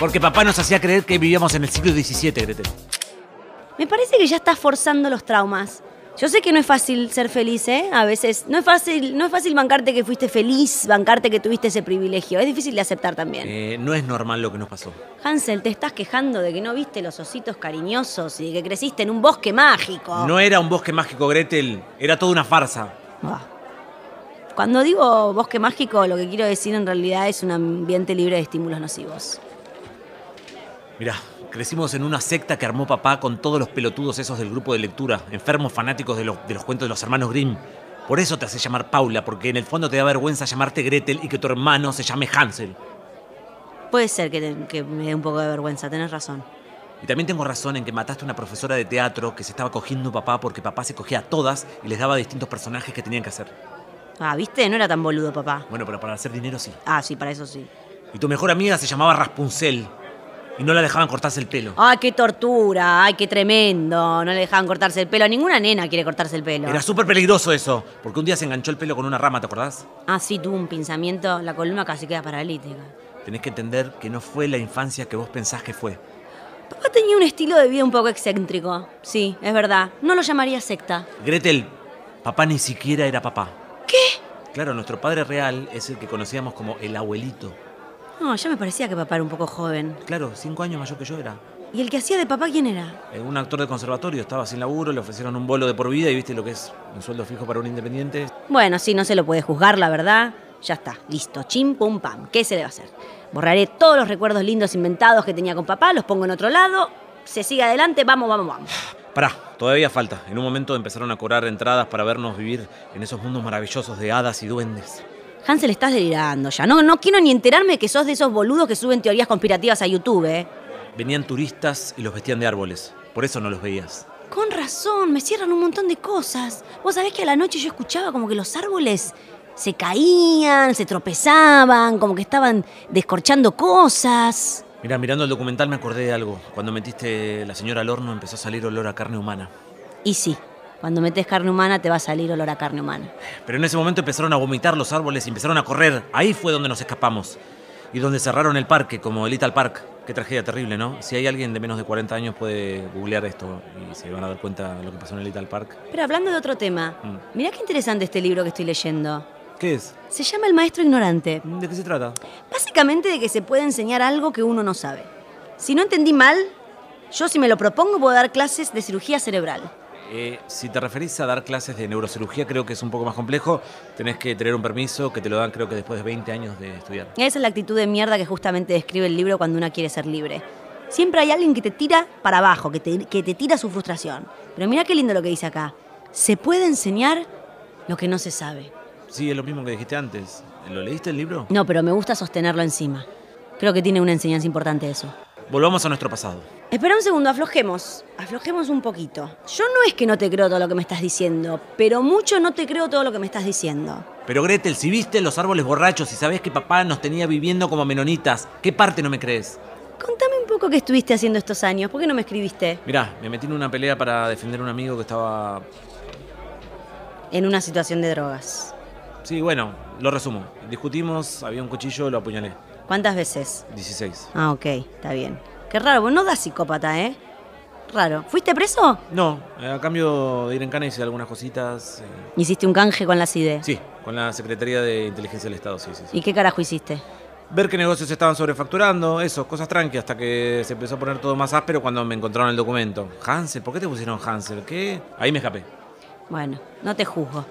[SPEAKER 3] Porque papá nos hacía creer que vivíamos en el siglo XVII, Gretel.
[SPEAKER 4] Me parece que ya estás forzando los traumas. Yo sé que no es fácil ser feliz, ¿eh? A veces. No es fácil, no es fácil bancarte que fuiste feliz, bancarte que tuviste ese privilegio. Es difícil de aceptar también.
[SPEAKER 3] Eh, no es normal lo que nos pasó.
[SPEAKER 4] Hansel, te estás quejando de que no viste los ositos cariñosos y de que creciste en un bosque mágico.
[SPEAKER 3] No era un bosque mágico, Gretel, era toda una farsa.
[SPEAKER 4] Ah. Cuando digo bosque mágico, lo que quiero decir en realidad es un ambiente libre de estímulos nocivos.
[SPEAKER 3] Mirá, crecimos en una secta que armó papá con todos los pelotudos esos del grupo de lectura, enfermos fanáticos de, los- de los cuentos de los hermanos Grimm. Por eso te hace llamar Paula, porque en el fondo te da vergüenza llamarte Gretel y que tu hermano se llame Hansel.
[SPEAKER 4] Puede ser que, te- que me dé un poco de vergüenza, tenés razón.
[SPEAKER 3] Y también tengo razón en que mataste a una profesora de teatro que se estaba cogiendo a papá porque papá se cogía a todas y les daba distintos personajes que tenían que hacer.
[SPEAKER 4] Ah, ¿viste? No era tan boludo, papá.
[SPEAKER 3] Bueno, pero para hacer dinero sí.
[SPEAKER 4] Ah, sí, para eso sí.
[SPEAKER 3] Y tu mejor amiga se llamaba Raspunzel y no la dejaban cortarse el pelo.
[SPEAKER 4] ¡Ay, qué tortura! ¡Ay, qué tremendo! No le dejaban cortarse el pelo. Ninguna nena quiere cortarse el pelo.
[SPEAKER 3] Era súper peligroso eso, porque un día se enganchó el pelo con una rama, ¿te acordás?
[SPEAKER 4] Ah, sí, tuvo un pensamiento. La columna casi queda paralítica.
[SPEAKER 3] Tenés que entender que no fue la infancia que vos pensás que fue.
[SPEAKER 4] Papá tenía un estilo de vida un poco excéntrico. Sí, es verdad. No lo llamaría secta.
[SPEAKER 3] Gretel, papá ni siquiera era papá. ¿Qué? Claro, nuestro padre real es el que conocíamos como el abuelito.
[SPEAKER 4] No, ya me parecía que papá era un poco joven.
[SPEAKER 3] Claro, cinco años mayor que yo era.
[SPEAKER 4] ¿Y el que hacía de papá quién era?
[SPEAKER 3] Eh, Un actor de conservatorio, estaba sin laburo, le ofrecieron un bolo de por vida y viste lo que es un sueldo fijo para un independiente.
[SPEAKER 4] Bueno, sí, no se lo puede juzgar, la verdad. Ya está, listo, chim, pum, pam. ¿Qué se le va a hacer? Borraré todos los recuerdos lindos inventados que tenía con papá, los pongo en otro lado, se sigue adelante, vamos, vamos, vamos.
[SPEAKER 3] Pará, todavía falta. En un momento empezaron a cobrar entradas para vernos vivir en esos mundos maravillosos de hadas y duendes.
[SPEAKER 4] Hansel, estás delirando ya. No, no quiero ni enterarme que sos de esos boludos que suben teorías conspirativas a YouTube, ¿eh?
[SPEAKER 3] Venían turistas y los vestían de árboles. Por eso no los veías.
[SPEAKER 4] Con razón, me cierran un montón de cosas. Vos sabés que a la noche yo escuchaba como que los árboles se caían, se tropezaban, como que estaban descorchando cosas.
[SPEAKER 3] Mira, mirando el documental me acordé de algo. Cuando metiste la señora al horno empezó a salir olor a carne humana.
[SPEAKER 4] Y sí, cuando metes carne humana te va a salir olor a carne humana.
[SPEAKER 3] Pero en ese momento empezaron a vomitar los árboles y empezaron a correr. Ahí fue donde nos escapamos. Y donde cerraron el parque, como el Little Park. Qué tragedia terrible, ¿no? Si hay alguien de menos de 40 años puede googlear esto y se van a dar cuenta de lo que pasó en el Little Park.
[SPEAKER 4] Pero hablando de otro tema,
[SPEAKER 3] Mm.
[SPEAKER 4] mirá qué interesante este libro que estoy leyendo.
[SPEAKER 3] ¿Qué es?
[SPEAKER 4] Se llama El Maestro Ignorante.
[SPEAKER 3] ¿De qué se trata?
[SPEAKER 4] Básicamente de que se puede enseñar algo que uno no sabe. Si no entendí mal, yo si me lo propongo puedo dar clases de cirugía cerebral.
[SPEAKER 3] Eh, si te referís a dar clases de neurocirugía, creo que es un poco más complejo. Tenés que tener un permiso que te lo dan creo que después de 20 años de estudiar.
[SPEAKER 4] Esa es la actitud de mierda que justamente describe el libro cuando una quiere ser libre. Siempre hay alguien que te tira para abajo, que te, que te tira su frustración. Pero mira qué lindo lo que dice acá. se puede enseñar lo que no se sabe.
[SPEAKER 3] Sí, es lo mismo que dijiste antes. ¿Lo leíste el libro?
[SPEAKER 4] No, pero me gusta sostenerlo encima. Creo que tiene una enseñanza importante eso.
[SPEAKER 3] Volvamos a nuestro pasado.
[SPEAKER 4] Espera un segundo, aflojemos. Aflojemos un poquito. Yo no es que no te creo todo lo que me estás diciendo, pero mucho no te creo todo lo que me estás diciendo.
[SPEAKER 3] Pero Gretel, si viste los árboles borrachos y sabés que papá nos tenía viviendo como menonitas, ¿qué parte no me crees?
[SPEAKER 4] Contame un poco qué estuviste haciendo estos años. ¿Por qué no me escribiste?
[SPEAKER 3] Mirá, me metí en una pelea para defender a un amigo que estaba...
[SPEAKER 4] En una situación de drogas.
[SPEAKER 3] Sí, bueno, lo resumo. Discutimos, había un cuchillo, lo apuñalé.
[SPEAKER 4] ¿Cuántas veces?
[SPEAKER 3] 16.
[SPEAKER 4] Ah, ok, está bien. Qué raro, vos no das psicópata, ¿eh? Raro. ¿Fuiste preso?
[SPEAKER 3] No, eh, a cambio de ir en cana hice algunas cositas. eh,
[SPEAKER 4] Hiciste un canje con las ideas.
[SPEAKER 3] Sí, con la Secretaría de Inteligencia del Estado, sí, sí, sí.
[SPEAKER 4] E. ¿Y qué carajo hiciste?
[SPEAKER 3] Ver qué negocios estaban sobrefacturando, eso, cosas tranqui, hasta que se empezó a poner todo más áspero cuando me encontraron el documento. Hansel, ¿por qué te pusieron Hansel? ¿Qué? Ahí me escapé.
[SPEAKER 4] Bueno, no te juzgo.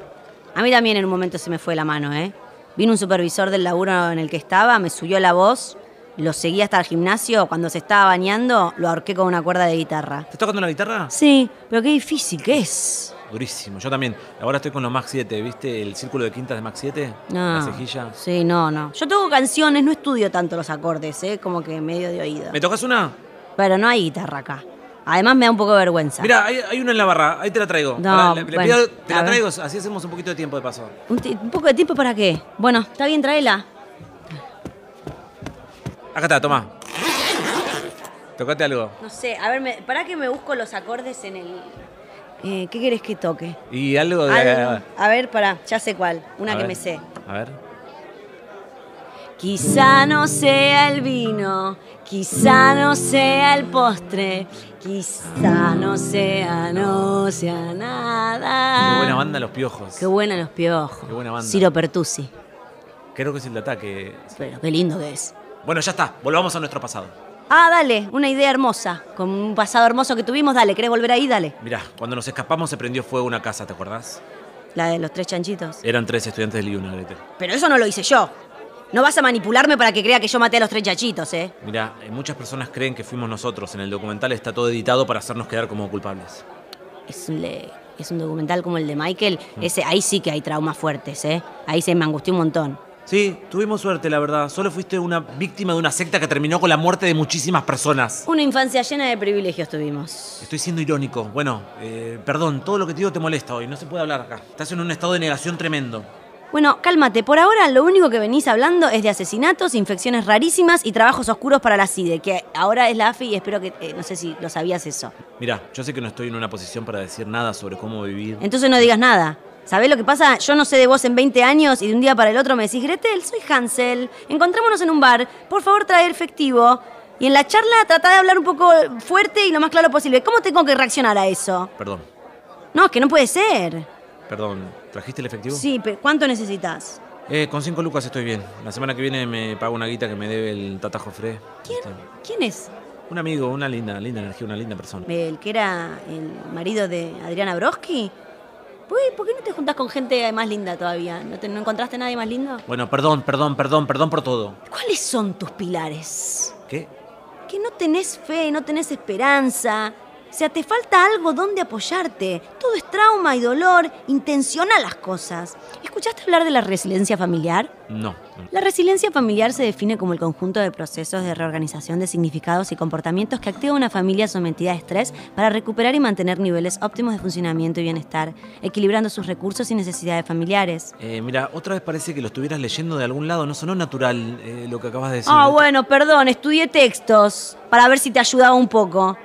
[SPEAKER 4] A mí también en un momento se me fue la mano, ¿eh? Vino un supervisor del laburo en el que estaba, me subió la voz, lo seguí hasta el gimnasio, cuando se estaba bañando, lo ahorqué con una cuerda de guitarra.
[SPEAKER 3] ¿Estás tocando la guitarra?
[SPEAKER 4] Sí, pero qué difícil que es.
[SPEAKER 3] Durísimo, yo también. Ahora estoy con los Max 7, ¿viste? El círculo de quintas de Max 7,
[SPEAKER 4] No.
[SPEAKER 3] la cejilla.
[SPEAKER 4] Sí, no, no. Yo toco canciones, no estudio tanto los acordes, ¿eh? Como que medio de oído.
[SPEAKER 3] ¿Me tocas una?
[SPEAKER 4] Pero no hay guitarra acá. Además me da un poco de vergüenza.
[SPEAKER 3] Mira, hay, hay una en la barra, ahí te la traigo.
[SPEAKER 4] No,
[SPEAKER 3] Pará, le- le
[SPEAKER 4] bueno,
[SPEAKER 3] pido- te
[SPEAKER 4] a
[SPEAKER 3] la
[SPEAKER 4] ver.
[SPEAKER 3] traigo, así hacemos un poquito de tiempo de paso.
[SPEAKER 4] Un, ti- un poco de tiempo para qué. Bueno, está bien, tráela.
[SPEAKER 3] Acá está, toma. Tocate algo.
[SPEAKER 4] No sé, a ver, me- para que me busco los acordes en el... Eh, ¿Qué querés que toque?
[SPEAKER 3] Y algo de.
[SPEAKER 4] Algo. A ver, para, ya sé cuál. Una
[SPEAKER 3] a
[SPEAKER 4] que
[SPEAKER 3] ver.
[SPEAKER 4] me sé.
[SPEAKER 3] A ver.
[SPEAKER 4] Quizá no sea el vino, quizá no sea el postre, quizá no sea, no sea nada.
[SPEAKER 3] Qué buena banda Los Piojos.
[SPEAKER 4] Ah. Qué buena los piojos.
[SPEAKER 3] Qué buena banda.
[SPEAKER 4] Ciro Pertusi.
[SPEAKER 3] Creo que es el de ataque.
[SPEAKER 4] Pero qué lindo que es.
[SPEAKER 3] Bueno, ya está, volvamos a nuestro pasado.
[SPEAKER 4] Ah, dale, una idea hermosa. Con un pasado hermoso que tuvimos, dale, ¿querés volver ahí? Dale.
[SPEAKER 3] Mirá, cuando nos escapamos se prendió fuego una casa, ¿te acordás?
[SPEAKER 4] La de los tres chanchitos.
[SPEAKER 3] Eran tres estudiantes de Liuna, Gretel.
[SPEAKER 4] Pero eso no lo hice yo. No vas a manipularme para que crea que yo maté a los tres chanchitos, ¿eh?
[SPEAKER 3] Mirá, eh, muchas personas creen que fuimos nosotros. En el documental está todo editado para hacernos quedar como culpables.
[SPEAKER 4] Es un, le- es un documental como el de Michael. Ese, ahí sí que hay traumas fuertes, ¿eh? Ahí se me angustió un montón.
[SPEAKER 3] Sí, tuvimos suerte, la verdad. Solo fuiste una víctima de una secta que terminó con la muerte de muchísimas personas.
[SPEAKER 4] Una infancia llena de privilegios tuvimos.
[SPEAKER 3] Estoy siendo irónico. Bueno, eh, perdón, todo lo que te digo te molesta hoy. No se puede hablar acá. Estás en un estado de negación tremendo.
[SPEAKER 4] Bueno, cálmate. Por ahora lo único que venís hablando es de asesinatos, infecciones rarísimas y trabajos oscuros para la CIDE, E, que ahora es la AFI y espero que... eh, no sé si lo sabías eso.
[SPEAKER 3] Mirá, yo sé que no estoy en una posición para decir nada sobre cómo vivir.
[SPEAKER 4] Entonces no digas nada. ¿Sabés lo que pasa? Yo no sé de vos en 20 años y de un día para el otro me decís, Gretel, soy Hansel, encontrémonos en un bar, por favor trae efectivo. Y en la charla tratá de hablar un poco fuerte y lo más claro posible. ¿Cómo tengo que reaccionar a eso?
[SPEAKER 3] Perdón,
[SPEAKER 4] No, es que no puede ser.
[SPEAKER 3] perdón. ¿Trajiste el efectivo?
[SPEAKER 4] Sí, pero ¿cuánto necesitas?
[SPEAKER 3] Eh, con cinco lucas estoy bien. La semana que viene me pago una guita que me debe el Tatajo Fre.
[SPEAKER 4] ¿Quién? ¿Quién es?
[SPEAKER 3] Un amigo, una linda, linda energía, una linda persona.
[SPEAKER 4] El que era el marido de Adriana Broski. Uy, ¿por qué no te juntas con gente más linda todavía? ¿No, te- no encontraste a nadie más lindo?
[SPEAKER 3] Bueno, perdón, perdón, perdón, perdón por todo.
[SPEAKER 4] ¿Cuáles son tus pilares?
[SPEAKER 3] ¿Qué?
[SPEAKER 4] que no tenés fe, no tenés esperanza. O sea, te falta algo donde apoyarte. Todo es trauma y dolor. Intenciona las cosas. ¿Escuchaste hablar de la resiliencia familiar?
[SPEAKER 3] No. no.
[SPEAKER 4] La resiliencia familiar se define como el conjunto de procesos de reorganización de significados y comportamientos que activa una familia sometida a estrés para recuperar y mantener niveles óptimos de funcionamiento y bienestar, equilibrando sus recursos y necesidades familiares.
[SPEAKER 3] Eh, mira, otra vez parece que lo estuvieras leyendo de algún lado. No sonó natural eh, lo que acabas de decir.
[SPEAKER 4] Ah, bueno, perdón, estudié textos para ver si te ayudaba un poco.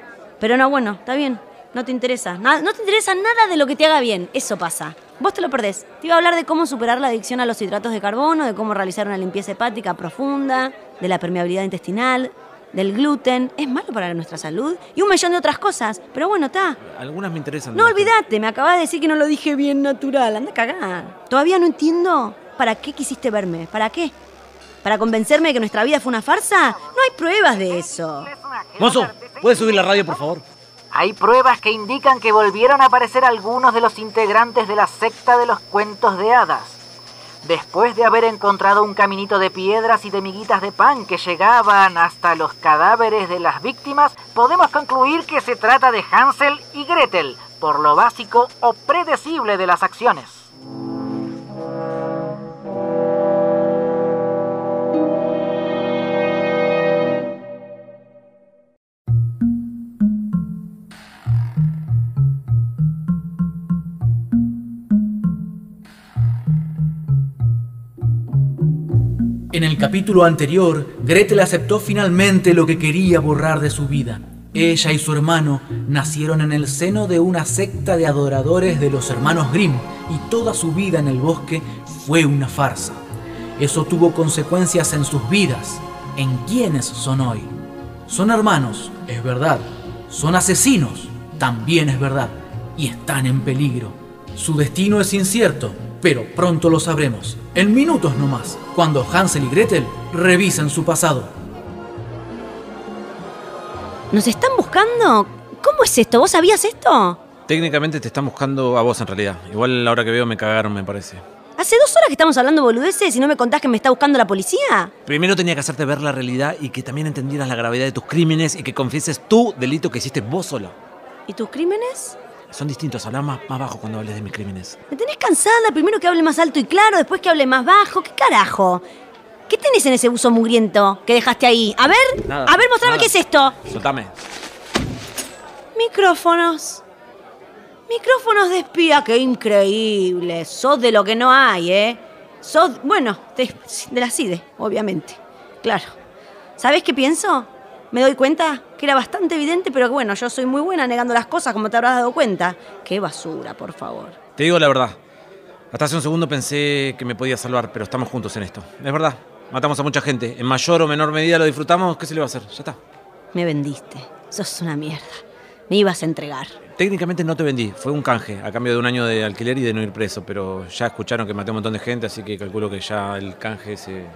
[SPEAKER 4] Pero no, bueno, está bien, no te interesa. Na- no te interesa nada de lo que te haga bien, eso pasa. Vos te lo perdés. Te iba a hablar de cómo superar la adicción a los hidratos de carbono, de cómo realizar una limpieza hepática profunda, de la permeabilidad intestinal, del gluten. Es malo para nuestra salud y un millón de otras cosas. Pero bueno, está.
[SPEAKER 3] Algunas me interesan.
[SPEAKER 4] No
[SPEAKER 3] de las que-
[SPEAKER 4] olvidate, me acabas de decir que no lo dije bien natural. Anda a cagar. Todavía no entiendo para qué quisiste verme. ¿Para qué? ¿Para convencerme de que nuestra vida fue una farsa? No hay pruebas de eso.
[SPEAKER 3] Mozo, ¿puedes subir la radio, por favor?
[SPEAKER 8] Hay pruebas que indican que volvieron a aparecer algunos de los integrantes de la secta de los cuentos de hadas. Después de haber encontrado un caminito de piedras y de miguitas de pan que llegaban hasta los cadáveres de las víctimas, podemos concluir que se trata de Hansel y Gretel, por lo básico o predecible de las acciones.
[SPEAKER 2] En el capítulo anterior, Gretel aceptó finalmente lo que quería borrar de su vida. Ella y su hermano nacieron en el seno de una secta de adoradores de los hermanos Grimm y toda su vida en el bosque fue una farsa. Eso tuvo consecuencias en sus vidas, en quienes son hoy. Son hermanos, es verdad. Son asesinos, también es verdad. Y están en peligro. Su destino es incierto, pero pronto lo sabremos. En minutos nomás, cuando Hansel y Gretel revisan su pasado.
[SPEAKER 4] ¿Nos están buscando? ¿Cómo es esto? ¿Vos sabías esto?
[SPEAKER 3] Técnicamente te están buscando a vos en realidad. Igual la hora que veo me cagaron, me parece.
[SPEAKER 4] Hace dos horas que estamos hablando boludeces y no me contás que me está buscando la policía.
[SPEAKER 3] Primero tenía que hacerte ver la realidad y que también entendieras la gravedad de tus crímenes y que confieses tu delito que hiciste vos sola.
[SPEAKER 4] ¿Y tus crímenes?
[SPEAKER 3] Son distintos, habla más, más bajo cuando hables de mis crímenes.
[SPEAKER 4] Me tenés cansada, primero que hable más alto y claro, después que hable más bajo. ¿Qué carajo? ¿Qué tenés en ese buzo mugriento que dejaste ahí? A ver,
[SPEAKER 3] Nada,
[SPEAKER 4] a ver, mostrame
[SPEAKER 3] nada.
[SPEAKER 4] qué es esto.
[SPEAKER 3] Soltame.
[SPEAKER 4] Micrófonos. Micrófonos de espía, qué increíble. Sos de lo que no hay, ¿eh? Sos, bueno, de, de la CIDE, E, obviamente. Claro. ¿Sabés qué pienso? Me doy cuenta que era bastante evidente, pero que bueno, yo soy muy buena negando las cosas, como te habrás dado cuenta. Qué basura, por favor.
[SPEAKER 3] Te digo la verdad. Hasta hace un segundo pensé que me podía salvar, pero estamos juntos en esto. Es verdad. Matamos a mucha gente. En mayor o menor medida lo disfrutamos. ¿Qué se le va a hacer? Ya está.
[SPEAKER 4] Me vendiste. Sos una mierda. Me ibas a entregar.
[SPEAKER 3] Técnicamente no te vendí. Fue un canje a cambio de un año de alquiler y de no ir preso. Pero ya escucharon que maté a un montón de gente, así que calculo que ya el canje se.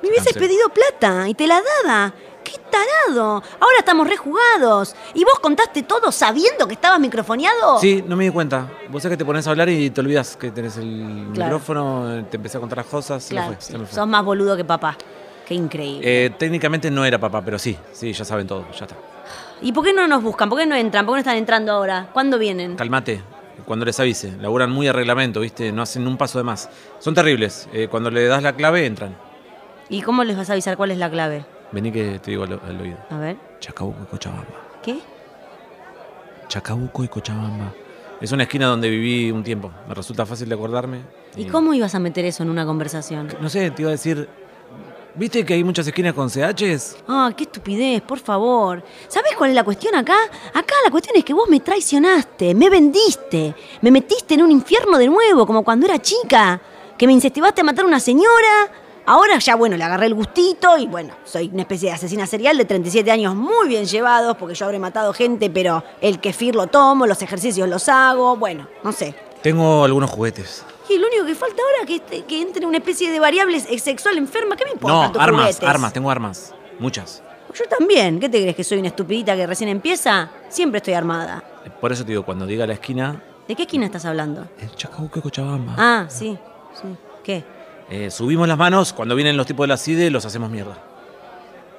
[SPEAKER 4] Me hubieses
[SPEAKER 3] Cancel.
[SPEAKER 4] pedido plata y te la daba. ¡Qué tarado! Ahora estamos rejugados. ¿Y vos contaste todo sabiendo que estabas microfoneado?
[SPEAKER 3] Sí, no me di cuenta. Vos sabés que te pones a hablar y te olvidas que tenés el
[SPEAKER 4] Claro.
[SPEAKER 3] micrófono, te empecé a contar las cosas. se me
[SPEAKER 4] Claro,
[SPEAKER 3] fue,
[SPEAKER 4] sí.
[SPEAKER 3] se me fue.
[SPEAKER 4] sos más boludo que papá. Qué increíble.
[SPEAKER 3] Eh, técnicamente no era papá, pero sí, sí, ya saben todo, ya está.
[SPEAKER 4] ¿Y por qué no nos buscan? ¿Por qué no entran? ¿Por qué no están entrando ahora? ¿Cuándo vienen?
[SPEAKER 3] Calmate, cuando les avise, laburan muy a reglamento, ¿viste? No hacen un paso de más. Son terribles, eh, cuando le das la clave entran.
[SPEAKER 4] ¿Y cómo les vas a avisar cuál es la clave?
[SPEAKER 3] Vení que te digo al, al oído.
[SPEAKER 4] A ver,
[SPEAKER 3] Chacabuco y Cochabamba.
[SPEAKER 4] ¿qué?
[SPEAKER 3] Chacabuco y Cochabamba. Es una esquina donde viví un tiempo, me resulta fácil de acordarme.
[SPEAKER 4] ¿Y cómo ibas a meter eso en una conversación?
[SPEAKER 3] No sé, te iba a decir, ¿viste que hay muchas esquinas con CHs?
[SPEAKER 4] Ah, qué estupidez, por favor. ¿Sabés cuál es la cuestión acá? Acá la cuestión es que vos me traicionaste, me vendiste, me metiste en un infierno de nuevo, como cuando era chica, que me incentivaste a matar a una señora. Ahora ya, bueno, le agarré el gustito y bueno, soy una especie de asesina serial de 37 años muy bien llevados, porque yo habré matado gente, pero el kefir lo tomo, los ejercicios los hago, bueno, no sé.
[SPEAKER 3] Tengo algunos juguetes.
[SPEAKER 4] Y lo único que falta ahora es que, este- que entre una especie de variable sexual enferma, ¿qué me importa?
[SPEAKER 3] No,
[SPEAKER 4] tus
[SPEAKER 3] armas,
[SPEAKER 4] juguetes?
[SPEAKER 3] armas, tengo armas. Muchas.
[SPEAKER 4] Pues Yo también. ¿Qué te crees que soy una estupidita que recién empieza? Siempre estoy armada.
[SPEAKER 3] Eh, Por eso te digo, cuando diga la esquina,
[SPEAKER 4] ¿De qué esquina estás hablando?
[SPEAKER 3] el Chacabuco y Cochabamba.
[SPEAKER 4] Ah, sí, sí. ¿Qué?
[SPEAKER 3] Eh, subimos las manos, cuando vienen los tipos de la CIDE E, los hacemos mierda.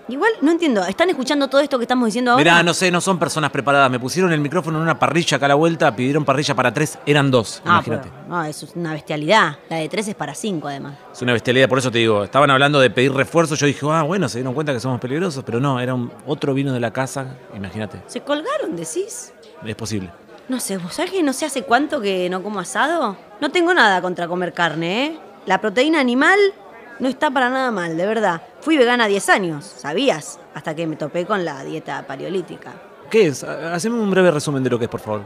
[SPEAKER 4] Igual no entiendo. ¿Están escuchando todo esto que estamos diciendo ahora?
[SPEAKER 3] Mirá, no sé, no son personas preparadas. Me pusieron el micrófono en una parrilla acá a la vuelta, pidieron parrilla para tres, eran dos,
[SPEAKER 4] Ah, pero-
[SPEAKER 3] imagínate.
[SPEAKER 4] no, eso es una bestialidad. La de tres es para cinco, además.
[SPEAKER 3] Es una bestialidad, por eso te digo, estaban hablando de pedir refuerzo, yo dije, ah, bueno, se dieron cuenta que somos peligrosos, pero no, era un- otro vino de la casa, imagínate,
[SPEAKER 4] ¿Se colgaron, decís?
[SPEAKER 3] es posible.
[SPEAKER 4] No sé, ¿vos sabés que no sé hace cuánto que no como asado? No tengo nada contra comer carne, ¿eh? La proteína animal no está para nada mal, de verdad. Fui vegana 10 años, ¿sabías? Hasta que me topé con la dieta paleolítica.
[SPEAKER 3] ¿Qué es? Ha- Haceme un breve resumen de lo que es, por favor.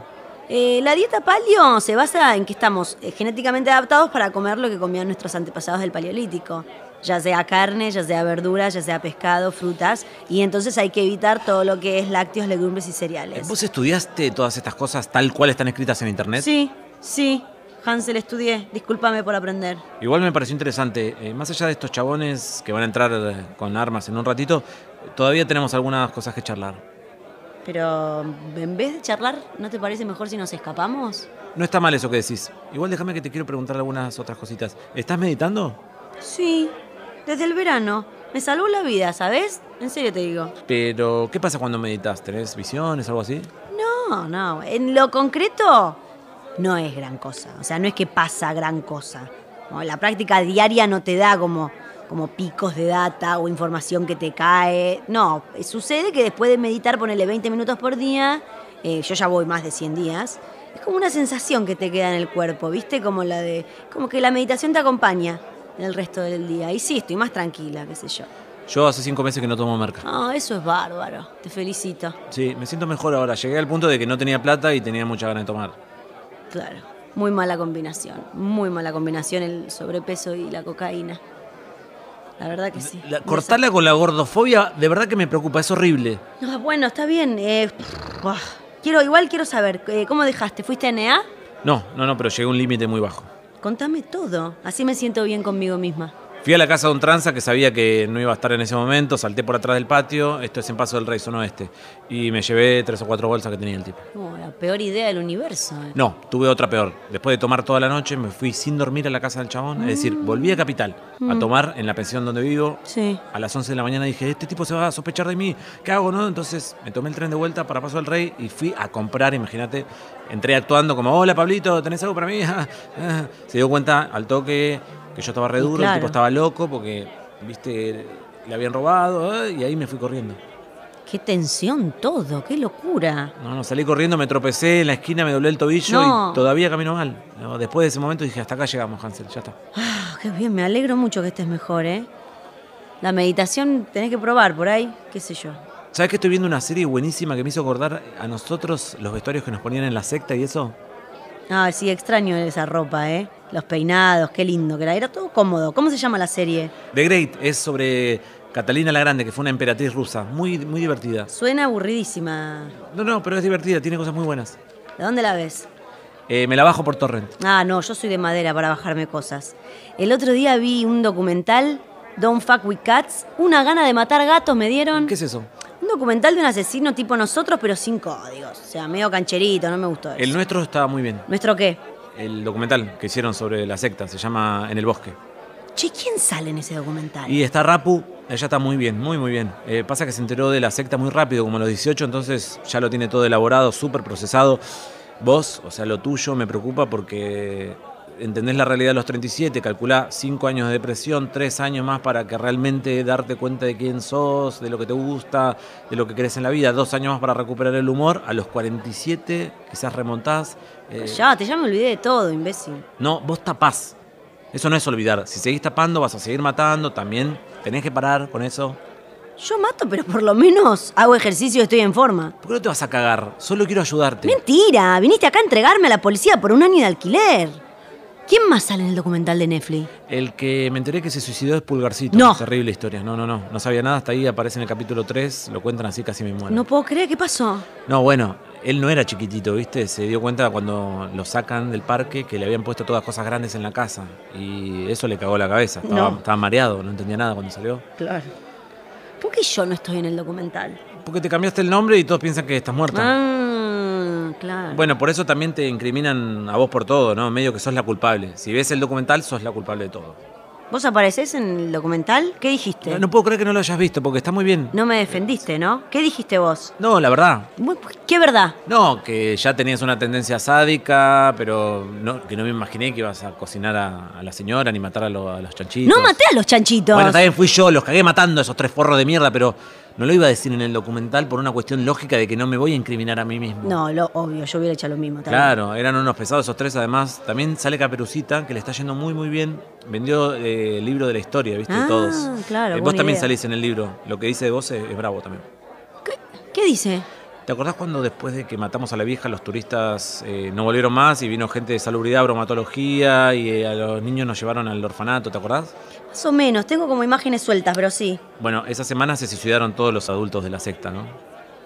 [SPEAKER 4] Eh, la dieta paleo se basa en que estamos eh, genéticamente adaptados para comer lo que comían nuestros antepasados del paleolítico, ya sea carne, ya sea verduras, ya sea pescado, frutas, y entonces hay que evitar todo lo que es lácteos, legumbres y
[SPEAKER 3] Eh,
[SPEAKER 4] cereales.
[SPEAKER 3] ¿Vos estudiaste todas estas cosas tal cual están escritas en internet?
[SPEAKER 4] Sí, sí, Hansel estudié, discúlpame por aprender.
[SPEAKER 3] Igual me pareció interesante, eh, más allá de estos chabones que van a entrar eh, con armas en un ratito, todavía tenemos algunas cosas que charlar.
[SPEAKER 4] Pero en vez de charlar, ¿no te parece mejor si nos escapamos?
[SPEAKER 3] No está mal eso que decís. Igual déjame que te quiero preguntar algunas otras cositas. ¿Estás meditando?
[SPEAKER 4] Sí, desde el verano. Me salvó la vida, ¿sabes? En serio te digo.
[SPEAKER 3] Pero, ¿qué pasa cuando meditas? ¿Tenés visiones, algo así?
[SPEAKER 4] No, no. En lo concreto, no es gran cosa. O sea, no es que pasa gran cosa. No, La práctica diaria no te da como, como picos de data o información que te cae. No, sucede que después de meditar, ponele 20 minutos por día, eh, yo ya voy más de 100 días, es como una sensación que te queda en el cuerpo, ¿viste? Como la de. Como que la meditación te acompaña en el resto del día. Y sí, estoy más tranquila, qué sé yo.
[SPEAKER 3] Yo hace cinco meses que no tomo merca.
[SPEAKER 4] Ah, eso es bárbaro. Te felicito.
[SPEAKER 3] Sí, me siento mejor ahora. Llegué al punto de que no tenía plata y tenía mucha ganas de tomar.
[SPEAKER 4] Claro. Muy mala combinación. Muy mala combinación el sobrepeso y la cocaína. La verdad que sí.
[SPEAKER 3] La- cortarla con la gordofobia, de verdad que me preocupa, es horrible.
[SPEAKER 4] Ah, bueno, está bien. eh, pff, ah. quiero, igual quiero saber, eh, ¿cómo dejaste? ¿Fuiste a NA?
[SPEAKER 3] No, no, no, pero llegué a un límite muy bajo.
[SPEAKER 4] Contame todo. Así me siento bien conmigo misma.
[SPEAKER 3] Fui a la casa de un tranza que sabía que no iba a estar en ese momento, salté por atrás del patio, esto es en Paso del Rey, zona oeste, y me llevé tres o cuatro bolsas que tenía el tipo.
[SPEAKER 4] Oh, la peor idea del universo. eh.
[SPEAKER 3] No, tuve otra peor. Después de tomar toda la noche, me fui sin dormir a la casa del chabón. Es decir,
[SPEAKER 4] Mm.
[SPEAKER 3] volví a Capital a tomar en la pensión donde vivo.
[SPEAKER 4] Sí.
[SPEAKER 3] A las 11 de la mañana dije, este tipo se va a sospechar de mí. ¿Qué hago, no? Entonces me tomé el tren de vuelta para Paso del Rey y fui a comprar, imagínate. Entré actuando como, hola Pablito, ¿tenés algo para mí? *laughs* Ah, ah. se dio cuenta al toque que yo estaba re
[SPEAKER 4] Y
[SPEAKER 3] duro, el
[SPEAKER 4] claro.
[SPEAKER 3] tipo estaba loco porque, viste, le habían robado ah, y ahí me fui corriendo.
[SPEAKER 4] Qué tensión todo, qué locura.
[SPEAKER 3] No, no, salí corriendo, me tropecé en la esquina, me doblé el tobillo
[SPEAKER 4] No.
[SPEAKER 3] y todavía camino mal. No, después de ese momento dije, hasta acá llegamos, Hansel, ya está.
[SPEAKER 4] Ah, qué bien, me alegro mucho que estés mejor, ¿eh? La meditación tenés que probar por ahí, qué sé yo.
[SPEAKER 3] ¿Sabes que estoy viendo una serie buenísima que me hizo acordar a nosotros los vestuarios que nos ponían en la secta y eso?
[SPEAKER 4] Ah, sí, extraño esa ropa, ¿eh? Los peinados, qué lindo que era. Era todo cómodo. ¿Cómo se llama la serie?
[SPEAKER 3] The Great es sobre Catalina la Grande, que fue una emperatriz rusa, muy, muy divertida.
[SPEAKER 4] Suena aburridísima.
[SPEAKER 3] No, no, pero es divertida, tiene cosas muy buenas.
[SPEAKER 4] ¿De dónde la ves?
[SPEAKER 3] Eh, me la bajo por torrent.
[SPEAKER 4] Ah, no, yo soy de madera para bajarme cosas. El otro día vi un documental, Don't Fuck With Cats. Una gana de matar gatos me dieron.
[SPEAKER 3] ¿Qué es eso?
[SPEAKER 4] Un documental de un asesino tipo nosotros, pero sin códigos. O sea, medio cancherito, no me gustó eso.
[SPEAKER 3] El nuestro estaba muy bien.
[SPEAKER 4] ¿Nuestro qué?
[SPEAKER 3] El documental que hicieron sobre la secta se llama En el Bosque.
[SPEAKER 4] Che, ¿quién sale en ese documental?
[SPEAKER 3] Y está Rapu, ella está muy bien, muy muy bien. Eh, pasa que se enteró de la secta muy rápido, como a los 18, entonces ya lo tiene todo elaborado, súper procesado. Vos, o sea, lo tuyo me preocupa porque entendés la realidad de los 37, calculá 5 años de depresión, 3 años más para que realmente darte cuenta de quién sos, de lo que te gusta, de lo que crees en la vida, 2 años más para recuperar el humor, a los 47 quizás remontás. eh,
[SPEAKER 4] Ya, te ya me olvidé de todo, imbécil.
[SPEAKER 3] no, vos tapás. Eso no es olvidar. Si seguís tapando, vas a seguir matando también. Tenés que parar con eso.
[SPEAKER 4] Yo mato, pero por lo menos hago ejercicio y estoy en forma.
[SPEAKER 3] ¿Por qué no te vas a cagar? Solo quiero ayudarte.
[SPEAKER 4] Mentira, viniste acá a entregarme a la policía por un año de alquiler. ¿Quién más sale en el documental de Netflix?
[SPEAKER 3] El que me enteré que se suicidó es Pulgarcito.
[SPEAKER 4] No.
[SPEAKER 3] Terrible historia. No, no, no. No sabía nada. Hasta ahí aparece en el capítulo 3. Lo cuentan así, casi me muero.
[SPEAKER 4] No puedo creer, ¿qué pasó?
[SPEAKER 3] No, bueno. Él no era chiquitito, ¿viste? Se dio cuenta cuando lo sacan del parque que le habían puesto todas cosas grandes en la casa. Y eso le cagó la cabeza. Estaba,
[SPEAKER 4] No.
[SPEAKER 3] estaba mareado, no entendía nada cuando salió.
[SPEAKER 4] Claro. ¿Por qué yo no estoy en el documental?
[SPEAKER 3] Porque te cambiaste el nombre y todos piensan que estás muerto.
[SPEAKER 4] Ah, claro.
[SPEAKER 3] Bueno, por eso también te incriminan a vos por todo, ¿no? Medio que sos la culpable. Si ves el documental, sos la culpable de todo.
[SPEAKER 4] ¿Vos aparecés en el documental? ¿Qué dijiste?
[SPEAKER 3] No, no puedo creer que no lo hayas visto, porque está muy bien.
[SPEAKER 4] No me defendiste, ¿no? ¿Qué dijiste vos?
[SPEAKER 3] No, la verdad.
[SPEAKER 4] Bueno, ¿Qué verdad?
[SPEAKER 3] No, que ya tenías una tendencia sádica, pero no, que no me imaginé que ibas a cocinar a, a la señora ni matar a, lo- a los chanchitos.
[SPEAKER 4] No maté a los chanchitos.
[SPEAKER 3] Bueno, también fui yo, los cagué matando a esos tres forros de mierda, pero no lo iba a decir en el documental por una cuestión lógica de que no me voy a incriminar a mí mismo.
[SPEAKER 4] No, lo obvio, yo hubiera hecho lo mismo. está bien.
[SPEAKER 3] Claro, eran unos pesados esos tres. Además, también sale Caperucita, que le está yendo muy, muy bien. Vendió eh, el libro de la historia, ¿viste?
[SPEAKER 4] Ah,
[SPEAKER 3] Todos.
[SPEAKER 4] claro,
[SPEAKER 3] Eh, vos
[SPEAKER 4] buena
[SPEAKER 3] también
[SPEAKER 4] idea.
[SPEAKER 3] salís en el libro. Lo que dice de vos es, es bravo también.
[SPEAKER 4] ¿Qué dice?
[SPEAKER 3] ¿Te acordás cuando después de que matamos a la vieja, los turistas eh, no volvieron más y vino gente de salubridad, bromatología y eh, a los niños nos llevaron al orfanato? ¿Te acordás?
[SPEAKER 4] Más o menos, tengo como imágenes sueltas, pero sí.
[SPEAKER 3] Bueno, esa semana se suicidaron todos los adultos de la secta, ¿no?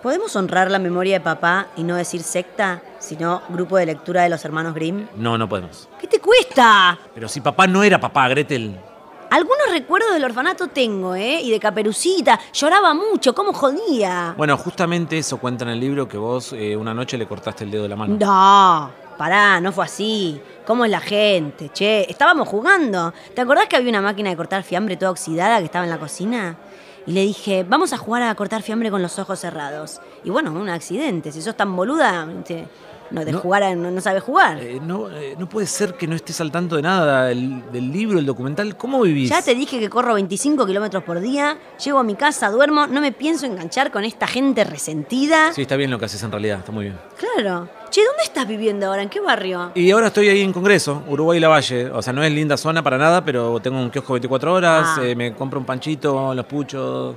[SPEAKER 4] ¿Podemos honrar la memoria de papá y no decir secta, sino grupo de lectura de los hermanos Grimm?
[SPEAKER 3] No, no podemos.
[SPEAKER 4] ¿Qué te cuesta?
[SPEAKER 3] Pero si papá no era papá, Gretel.
[SPEAKER 4] Algunos recuerdos del orfanato tengo, ¿eh? Y de Caperucita. Lloraba mucho, ¿cómo jodía?
[SPEAKER 3] Bueno, justamente eso cuenta en el libro que vos eh, una noche le cortaste el dedo de la mano.
[SPEAKER 4] No, pará, no fue así. ¿Cómo es la gente? Che, estábamos jugando. ¿Te acordás que había una máquina de cortar fiambre toda oxidada que estaba en la cocina? Y le dije, vamos a jugar a cortar fiambre con los ojos cerrados. Y bueno, un accidente. Si sos tan boluda, te- no te
[SPEAKER 3] No.
[SPEAKER 4] jugar a- no, no sabes jugar.
[SPEAKER 3] Eh, no, eh, no puede ser que no estés al tanto de nada, el- del libro, el documental. ¿Cómo vivís?
[SPEAKER 4] Ya te dije que corro 25 kilómetros por día, llego a mi casa, duermo, no me pienso enganchar con esta gente resentida.
[SPEAKER 3] Sí, está bien lo que haces en realidad, está muy bien.
[SPEAKER 4] Claro. Che, ¿dónde estás viviendo ahora? ¿En qué barrio?
[SPEAKER 3] Y ahora estoy ahí en Congreso, Uruguay y La Valle. O sea, no es linda zona para nada, pero tengo un kiosco 24 horas,
[SPEAKER 4] Ah.
[SPEAKER 3] eh, me compro un panchito, los puchos.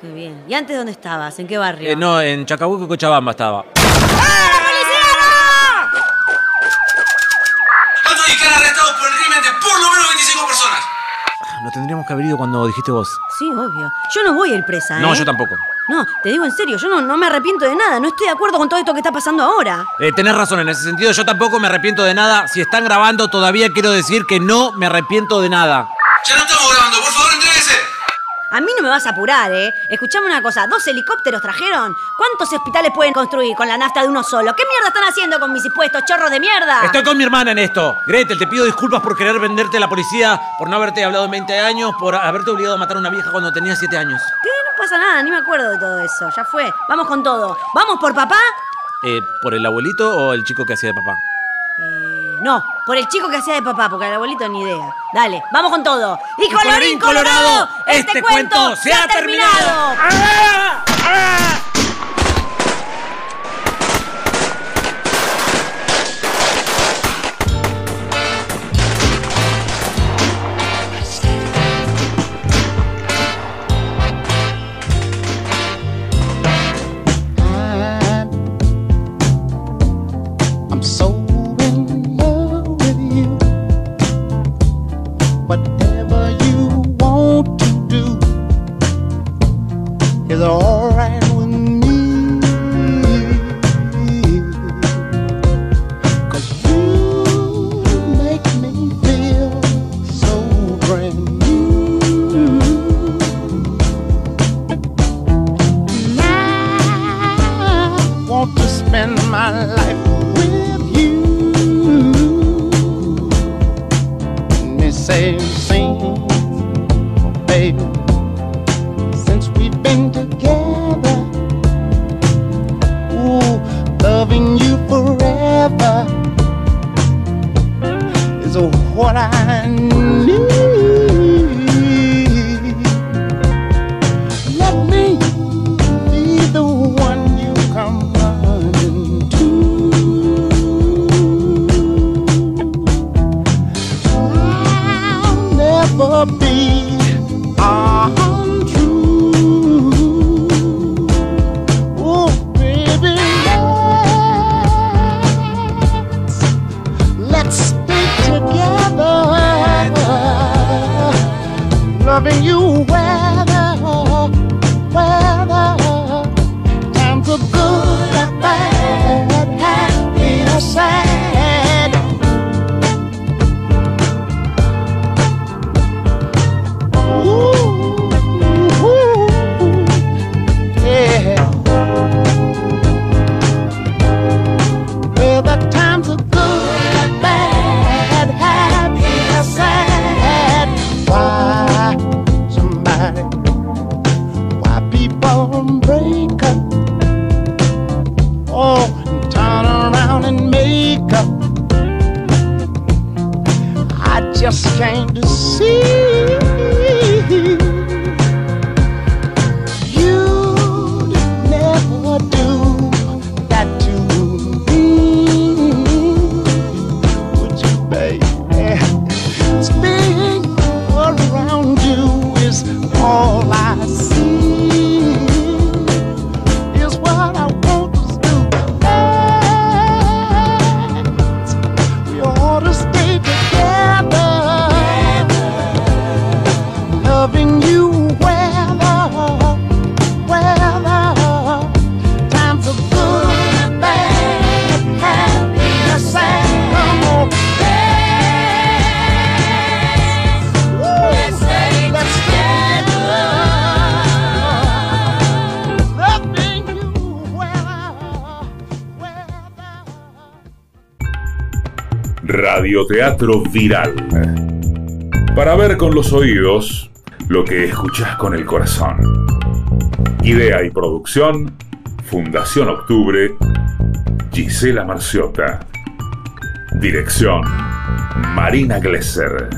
[SPEAKER 4] Qué bien. ¿Y antes dónde estabas? ¿En qué barrio?
[SPEAKER 3] Eh, no, en Chacabuco y Cochabamba estaba.
[SPEAKER 9] ¿Cuántos están arrestados por el crimen de por lo menos 25 personas?
[SPEAKER 3] Lo tendríamos que haber ido cuando dijiste vos.
[SPEAKER 4] Sí, obvio. Yo no voy a ir presa,
[SPEAKER 3] No,
[SPEAKER 4] ¿eh?
[SPEAKER 3] yo tampoco.
[SPEAKER 4] No, te digo en serio, yo no, no me arrepiento de nada. No estoy de acuerdo con todo esto que está pasando ahora.
[SPEAKER 3] Eh, tenés razón en ese sentido, yo tampoco me arrepiento de nada. Si están grabando, todavía quiero decir que no me arrepiento de nada.
[SPEAKER 9] Ya no estamos grabando, por favor, entréguese.
[SPEAKER 4] A mí no me vas a apurar, ¿eh? Escuchame una cosa, ¿dos helicópteros trajeron? ¿Cuántos hospitales pueden construir con la nafta de uno solo? ¿Qué mierda están haciendo con mis impuestos, chorros de mierda?
[SPEAKER 3] Estoy con mi hermana en esto. Gretel, te pido disculpas por querer venderte a la policía, por no haberte hablado en 20 años, por haberte obligado a matar a una vieja cuando tenías 7 años.
[SPEAKER 4] ¿Qué? No pasa nada, ni me acuerdo de todo eso, ya fue. Vamos con todo. ¿Vamos por papá?
[SPEAKER 3] Eh, ¿Por el abuelito o el chico que hacía de papá?
[SPEAKER 4] Eh, no, por el chico que hacía de papá, porque al abuelito ni idea. Dale, vamos con todo. Y
[SPEAKER 3] colorín
[SPEAKER 4] colorín colorado, este cuento se ha terminado.
[SPEAKER 10] I'm so in love with you. Whatever you want to do is alright with me. Cause you make me feel so brand new. I want to spend my life with you. Let me say, sing, baby. Since we've been together, ooh, loving you forever is what I need. Let me be the one you come running to. I'll never be untrue. Oh, baby, let's, let's stay together. Loving you whether weather. Times of good or bad, happy or sad. Ooh, yeah. Whether times are good or bad, happy or sad. Why somebody? why people break up. Oh, and turn around and make up. I just came to see you'd never do that to me, would you, baby? Spin around you is all I see. Is what I want to do. Let's- We ought to stay together. Loving you well, well. Times are good and bad, happy or sad. Come on, Let's stay together. Loving you well, well.
[SPEAKER 1] Radioteatro Viral. Para ver con los oídos, lo que escuchás con el corazón. Idea y producción, Fundación Octubre, Gisela Marciota. Dirección, Marina Glesser.